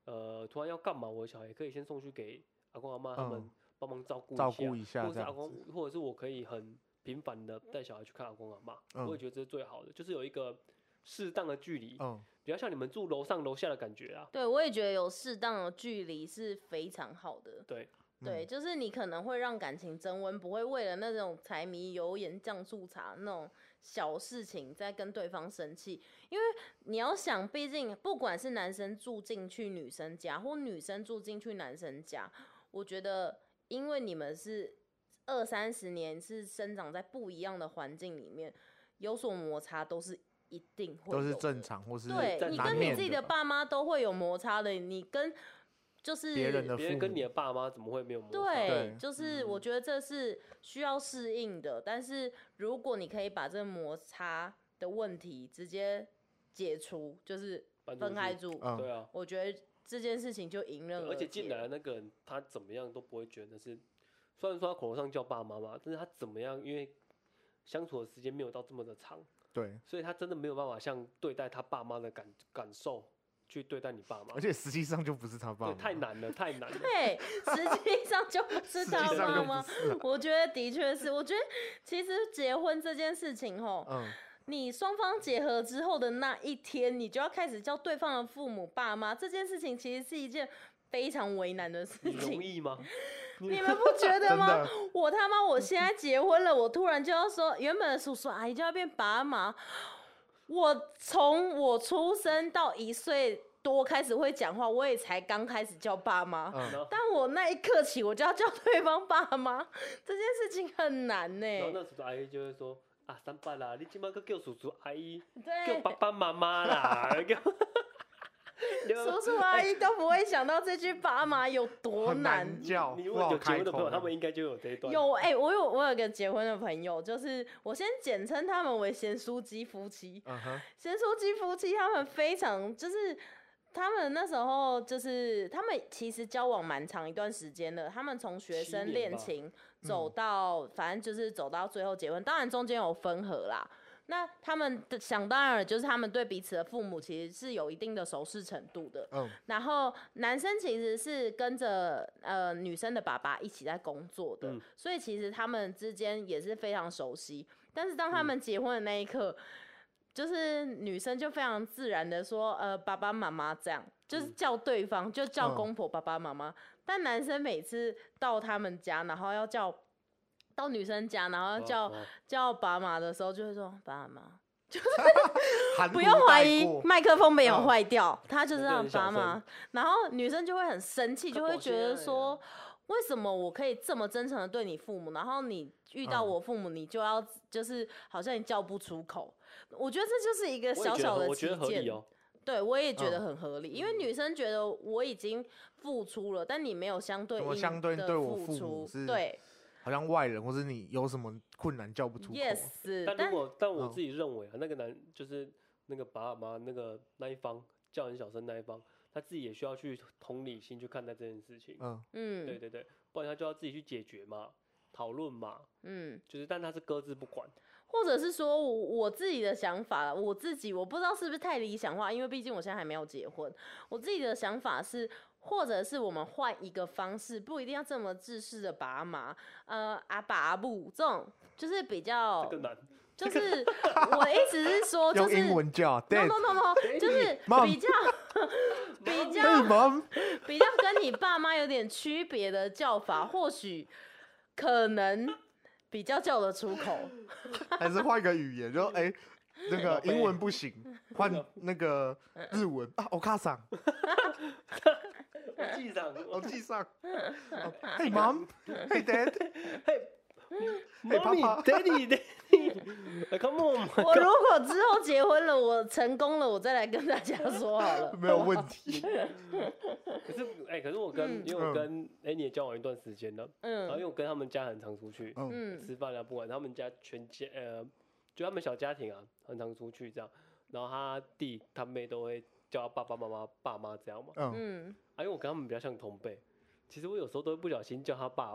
Speaker 1: 呃突然要干嘛，我的小孩可以先送去给阿公阿妈他们
Speaker 2: 嗯
Speaker 1: 帮忙照顾
Speaker 2: 照
Speaker 1: 下
Speaker 2: 顾一下
Speaker 1: 或者是
Speaker 2: 这
Speaker 1: 阿
Speaker 2: 样
Speaker 1: 公
Speaker 2: 子，，
Speaker 1: 或者是我可以很频繁的带小孩去看阿公阿妈，
Speaker 2: 嗯
Speaker 1: 我也觉得这是最好的，就是有一个适当的距离，
Speaker 2: 嗯，
Speaker 1: 比较像你们住楼上楼下的感觉啊。
Speaker 3: 对，我也觉得有适当的距离是非常好的。
Speaker 1: 对，
Speaker 2: 嗯
Speaker 3: 对，就是你可能会让感情增温，不会为了那种柴米油盐酱醋茶那种小事情在跟对方生气，因为你要想，毕竟不管是男生住进去女生家，或女生住进去男生家，我觉得因为你们是二三十年是生长在不一样的环境里面，有所摩擦都是一定会
Speaker 2: 都是
Speaker 3: 有的
Speaker 2: 正常或是
Speaker 3: 对
Speaker 1: 在
Speaker 3: 你
Speaker 1: 难
Speaker 3: 跟你
Speaker 2: 免
Speaker 3: 自己
Speaker 2: 的
Speaker 3: 的
Speaker 2: 吧
Speaker 3: 爸妈都会有摩擦的，你跟就是
Speaker 2: 别人呃的父
Speaker 1: 别人跟你
Speaker 2: 母，
Speaker 1: 的爸妈怎么会没有摩擦？
Speaker 3: 对
Speaker 2: 对，嗯
Speaker 3: 就是我觉得这是需要适应的，但是如果你可以把这个摩擦的问题直接解除，就是
Speaker 1: 搬出
Speaker 3: 分开
Speaker 1: 去
Speaker 3: 住，
Speaker 2: 嗯
Speaker 1: 对啊，
Speaker 3: 我觉得这件事情就迎刃
Speaker 1: 对
Speaker 3: 而
Speaker 1: 而且
Speaker 3: 解。
Speaker 1: 进来的那个人他怎么样都不会觉得是，虽然说他口头上叫爸妈妈，但是他怎么样，因为相处的时间没有到这么的长，
Speaker 2: 对，
Speaker 1: 所以他真的没有办法像对待他爸妈的感感受去对待你爸妈
Speaker 2: 而，且实际上就不是他爸
Speaker 1: 对，
Speaker 2: 妈，
Speaker 1: 太难了，太难了。
Speaker 3: 对，实际上就不是
Speaker 2: 实
Speaker 3: 他
Speaker 2: 际上
Speaker 3: 爸
Speaker 2: 就
Speaker 3: 妈
Speaker 2: 不。是啊，
Speaker 3: 我觉得的确是，我觉得其实结婚这件事情吼，
Speaker 2: 嗯，
Speaker 3: 你双方结合之后的那一天，你就要开始叫对方的父母爸妈，这件事情其实是一件非常为难的事
Speaker 1: 你容
Speaker 3: 情。
Speaker 1: 易吗？
Speaker 3: 你们不觉得
Speaker 2: 真
Speaker 3: 吗？
Speaker 2: 的，
Speaker 3: 我他妈，我现在结婚了，我突然就要说，原本的叔叔阿姨就要变爸妈。我从我出生到一岁多开始会讲话，我也才刚开始叫爸妈。
Speaker 1: 然
Speaker 2: 嗯，
Speaker 1: 后，
Speaker 3: 但我那一刻起，我就要叫对方爸妈，这件事情很难呢、
Speaker 1: 然后那叔叔阿姨就会说啊，三八啦，你今晚个叫叔叔阿姨，叫
Speaker 3: 对，
Speaker 1: 爸爸妈妈啦， 叫
Speaker 3: 叔叔阿姨都不会想到这句爸妈有多
Speaker 2: 很
Speaker 3: 难。
Speaker 2: 难叫，
Speaker 1: 你
Speaker 2: 不
Speaker 1: 问
Speaker 2: 好
Speaker 1: 有结
Speaker 2: 开
Speaker 1: 婚的朋
Speaker 2: 口
Speaker 1: 友，他们
Speaker 2: 的，
Speaker 1: 应该就有这一段。
Speaker 3: 有哎、我有我有个结婚的朋友，就是我先简称他们为贤淑姬夫妻。
Speaker 2: 嗯哼，
Speaker 3: 贤淑姬夫妻他们非常就是，他们那时候就是他们其实交往蛮长一段时间的，他们从学
Speaker 1: 七
Speaker 3: 生
Speaker 1: 年
Speaker 3: 恋
Speaker 1: 吧嗯
Speaker 3: 情走到、反正就是走到最后结婚，当然中间有分合啦。那他们的想当然了，就是他们对彼此的父母其实是有一定的熟视程度的。
Speaker 2: 嗯，
Speaker 3: 然后男生其实是跟着呃女生的爸爸一起在工作的，
Speaker 1: 嗯
Speaker 3: 所以其实他们之间也是非常熟悉。但是当
Speaker 1: 嗯
Speaker 3: 他们结婚的那一刻，就是女生就非常自然的说呃爸爸妈妈这样，
Speaker 1: 嗯
Speaker 3: 就是叫对方、就叫
Speaker 2: 嗯
Speaker 3: 公婆爸爸妈妈。但男生每次到他们家，然后要叫到女生家，然后要
Speaker 1: 哦
Speaker 3: 叫、
Speaker 1: 哦
Speaker 3: 叫爸妈的时候，就会说爸妈。
Speaker 2: 含
Speaker 3: 不
Speaker 2: 糊
Speaker 3: 用怀
Speaker 2: 带
Speaker 3: 疑
Speaker 2: 过
Speaker 3: 麦克风没有
Speaker 2: 嗯
Speaker 3: 坏掉，他就是
Speaker 1: 人家
Speaker 3: 让
Speaker 1: 很小
Speaker 3: 爸妈
Speaker 1: 声，
Speaker 3: 然后女生就会很生气，
Speaker 1: 他
Speaker 3: 就会
Speaker 1: 保
Speaker 3: 觉
Speaker 1: 鲜
Speaker 3: 得
Speaker 1: 啊
Speaker 3: 说，为什么我可以这么真诚的对你父母，然后你遇到
Speaker 2: 嗯
Speaker 3: 我父母，你就要就是好像你叫不出口。我觉得这就是一个
Speaker 1: 我也
Speaker 3: 小
Speaker 1: 觉得
Speaker 3: 小
Speaker 1: 合
Speaker 3: 的
Speaker 1: 我
Speaker 3: 起
Speaker 1: 觉得合理
Speaker 3: 见，
Speaker 1: 哦。
Speaker 3: 对我也觉得
Speaker 2: 嗯
Speaker 3: 很合理，因为女生觉得我已经付出了，但你没有相对
Speaker 2: 我
Speaker 3: 应
Speaker 2: 相对应
Speaker 3: 的
Speaker 2: 对我
Speaker 3: 付
Speaker 2: 父母
Speaker 3: 出
Speaker 2: 是
Speaker 3: 对
Speaker 2: 好像外人，或是你有什么困难叫不出口
Speaker 3: ，yes，
Speaker 2: 啊，
Speaker 1: 但
Speaker 3: 但
Speaker 1: 如果但我
Speaker 2: 嗯
Speaker 1: 自己认为啊，那个男就是那个爸爸妈妈那个那一方叫很小声那一方，他自己也需要去同理心去看待这件事情。
Speaker 2: 嗯，
Speaker 1: 对
Speaker 3: 嗯
Speaker 1: 对对，不然他就要自己去解决嘛，讨论嘛，
Speaker 3: 嗯。
Speaker 1: 就是但他是搁置不管。
Speaker 3: 或者是说我我自己的想法，我自己我不知道是不是太理想化，因为毕竟我现在还没有结婚。我自己的想法是，或者是我们换一个方式，不一定要这么自式的拔麻，呃，阿爸阿布这种，就是比较
Speaker 1: 这，个难，
Speaker 3: 就是我的意思是说，就
Speaker 2: 用
Speaker 3: 是
Speaker 2: 英文叫
Speaker 3: no
Speaker 2: dad，
Speaker 3: no no no，就是
Speaker 2: ，Mom
Speaker 3: 比较比较
Speaker 2: 为什么？
Speaker 3: 比较跟你爸妈有点区别的叫法，或许可能比较叫得出口。
Speaker 2: 还是换一个语言，就哎、那 个
Speaker 1: 宝贝
Speaker 2: 英文不行，换那个日文啊，我卡上，
Speaker 1: 我记上，
Speaker 2: 我 记上。哦 Hey mom, Hey dad，
Speaker 1: m o m m
Speaker 2: 爸爸
Speaker 1: y daddy daddy，come on，
Speaker 3: 我如果之后结婚了，我成功了，我再来跟大家说好了。
Speaker 2: 没有问题。
Speaker 1: 可是哎、可是我跟、
Speaker 3: 嗯
Speaker 1: 因为我
Speaker 2: 嗯
Speaker 1: 跟 Annie 也交往一段时间了，然后
Speaker 3: 嗯
Speaker 1: 因为我跟他们家很常出去，
Speaker 2: 嗯
Speaker 3: 嗯
Speaker 1: 吃饭啊，不管他们家全家呃，就他们小家庭啊，很常出去这样。然后他弟他妹都会叫他爸爸妈妈爸妈这样嘛。
Speaker 2: 嗯，
Speaker 3: 嗯，
Speaker 1: 啊，因为我跟他们比较像同辈，其实我有时候都会不小心叫他爸，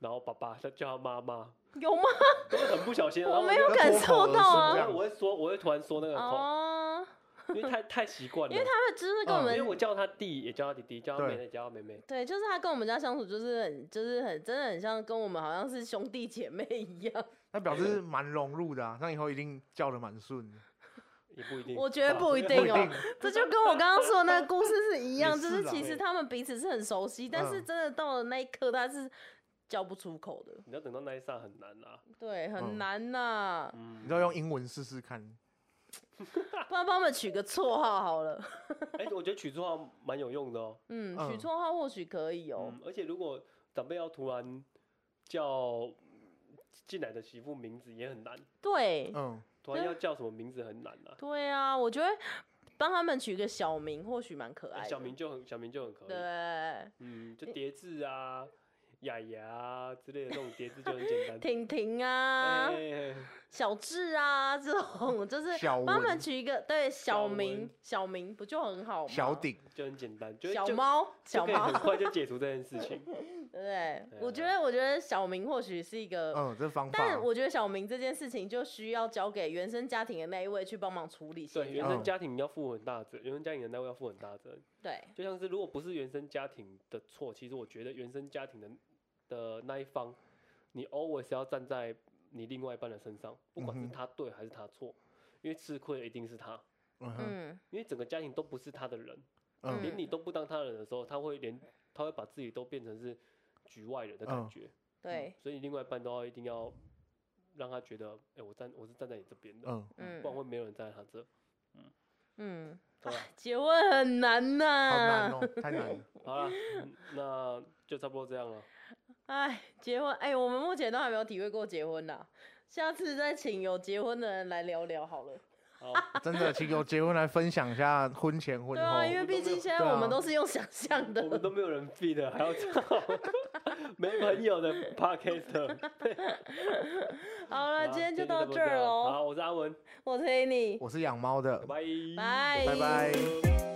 Speaker 1: 然后爸爸，他叫他妈妈，
Speaker 3: 有吗？
Speaker 1: 都会很不小心。然
Speaker 3: 我
Speaker 1: 后
Speaker 3: 没有
Speaker 2: 就
Speaker 3: 感
Speaker 2: 脱
Speaker 3: 受
Speaker 2: 口而
Speaker 3: 到
Speaker 1: 我
Speaker 2: 出这
Speaker 3: 啊
Speaker 2: 样。
Speaker 1: 会我会说，我会突然说那 个口，
Speaker 3: 哦，
Speaker 1: 因为太太习惯了。
Speaker 3: 因为他们就是
Speaker 2: 嗯
Speaker 3: 跟我
Speaker 1: 因为
Speaker 3: 们，
Speaker 1: 我叫他弟，也叫他弟弟，叫他妹
Speaker 2: 对
Speaker 1: 妹，叫他妹妹。
Speaker 3: 对，就是他跟我们家相处，就是很，就是很，真的很像跟我们好像是兄弟姐妹一样。
Speaker 2: 那表示蛮融入的啊，那以后一定叫的蛮顺的。
Speaker 1: 也不一定，
Speaker 3: 我觉得不一定
Speaker 2: 啊不一
Speaker 3: 哦
Speaker 2: 定，
Speaker 3: 这就跟我刚刚说的那个故事是一样，
Speaker 2: 也
Speaker 3: 就是是
Speaker 2: 啦
Speaker 3: 其实
Speaker 1: 对
Speaker 3: 他们彼此是很熟悉，但是
Speaker 2: 嗯
Speaker 3: 真的到了那一刻，他是叫不出口的，
Speaker 1: 你要等到那一刹很难啊。
Speaker 3: 对，很
Speaker 2: 嗯
Speaker 3: 难呐。
Speaker 1: 嗯
Speaker 2: 你知道用英文试试看，
Speaker 3: 不然帮我们取个绰号好了。
Speaker 1: 哎、我觉得取绰号蛮有用的哦。
Speaker 3: 嗯，取
Speaker 2: 嗯
Speaker 3: 绰号或许可以哦。
Speaker 1: 嗯，而且如果长辈要突然叫进来的媳妇名字也很难，
Speaker 3: 对，
Speaker 2: 嗯，
Speaker 1: 突然
Speaker 3: 对
Speaker 1: 要叫什么名字很难啊。
Speaker 3: 对啊，我觉得帮他们取个小名，或许蛮可爱
Speaker 1: 哎
Speaker 3: 的。
Speaker 1: 小明就很小明就很可以，
Speaker 3: 啊对，
Speaker 1: 嗯，就叠字啊、雅雅啊之类的这种叠字就 很简单。
Speaker 3: 婷婷啊，
Speaker 1: 哎
Speaker 3: 小智啊，这种就是
Speaker 2: 小
Speaker 3: 帮他
Speaker 2: 文
Speaker 3: 们取一个对
Speaker 1: 小
Speaker 3: 小
Speaker 1: 文
Speaker 3: 名，小名不就很好吗？
Speaker 2: 小鼎，
Speaker 1: 就很简单，就
Speaker 3: 小
Speaker 1: 就
Speaker 3: 猫，
Speaker 1: 就
Speaker 3: 小
Speaker 1: 可以
Speaker 3: 猫
Speaker 1: 很，快就解除这件事情。
Speaker 3: 对不对？我觉
Speaker 1: 啊
Speaker 3: 得，我觉得小明或许是一个，
Speaker 2: 嗯，这方法。
Speaker 3: 但我觉得小明这件事情就需要交给原生家庭的那一位去帮忙处理协
Speaker 1: 对，原
Speaker 3: 调。
Speaker 1: 生
Speaker 2: 嗯
Speaker 1: 家庭要负很大的责，原生家庭的那位要负很大的责任。
Speaker 3: 对，
Speaker 1: 就像是如果不是原生家庭的错，其实我觉得原生家庭的的那一方，你 always 要站在你另外一半的身上，不管
Speaker 2: 嗯
Speaker 1: 是
Speaker 2: 哼
Speaker 1: 他对还是他错，因为吃亏的一定是他，
Speaker 2: 嗯哼
Speaker 3: 嗯，
Speaker 1: 因为整个家庭都不是他的人，
Speaker 2: 嗯
Speaker 1: 连你都不当他人的时候，他会连他会把自己都变成是局外人的感
Speaker 2: 嗯
Speaker 1: 觉，
Speaker 3: 对，
Speaker 1: 所以另外一半都要一定要让他觉得，哎、我站我是站在你这边的，
Speaker 2: 嗯，
Speaker 1: 不然
Speaker 3: 嗯
Speaker 1: 会没有人站在他这。
Speaker 3: 嗯，
Speaker 1: 对吧
Speaker 3: 结婚很难
Speaker 2: 好难
Speaker 3: 呐、
Speaker 2: 哦，太难了。
Speaker 1: 好了，嗯那就差不多这样了。
Speaker 3: 哎，结婚，哎，我们目前都还没有体会过结婚呐、啊下次再请有结婚的人来聊聊好了。
Speaker 1: 好，
Speaker 2: 真的，请有结婚来分享一下婚前婚
Speaker 3: 对
Speaker 2: 后。
Speaker 3: 啊，因为毕竟现在
Speaker 2: 对
Speaker 3: 我们
Speaker 2: 啊
Speaker 3: 都是用想象的
Speaker 1: 我。们都没有人 feed 的，还要找没朋友的 podcast。
Speaker 3: 好
Speaker 1: 啊
Speaker 3: 了，今天就到
Speaker 1: 这
Speaker 3: 这儿
Speaker 1: 样
Speaker 3: 喽。
Speaker 1: 好，我是阿文，
Speaker 3: 我是 Annie，
Speaker 2: 我是养猫的，
Speaker 1: 拜
Speaker 3: 拜
Speaker 2: 拜拜。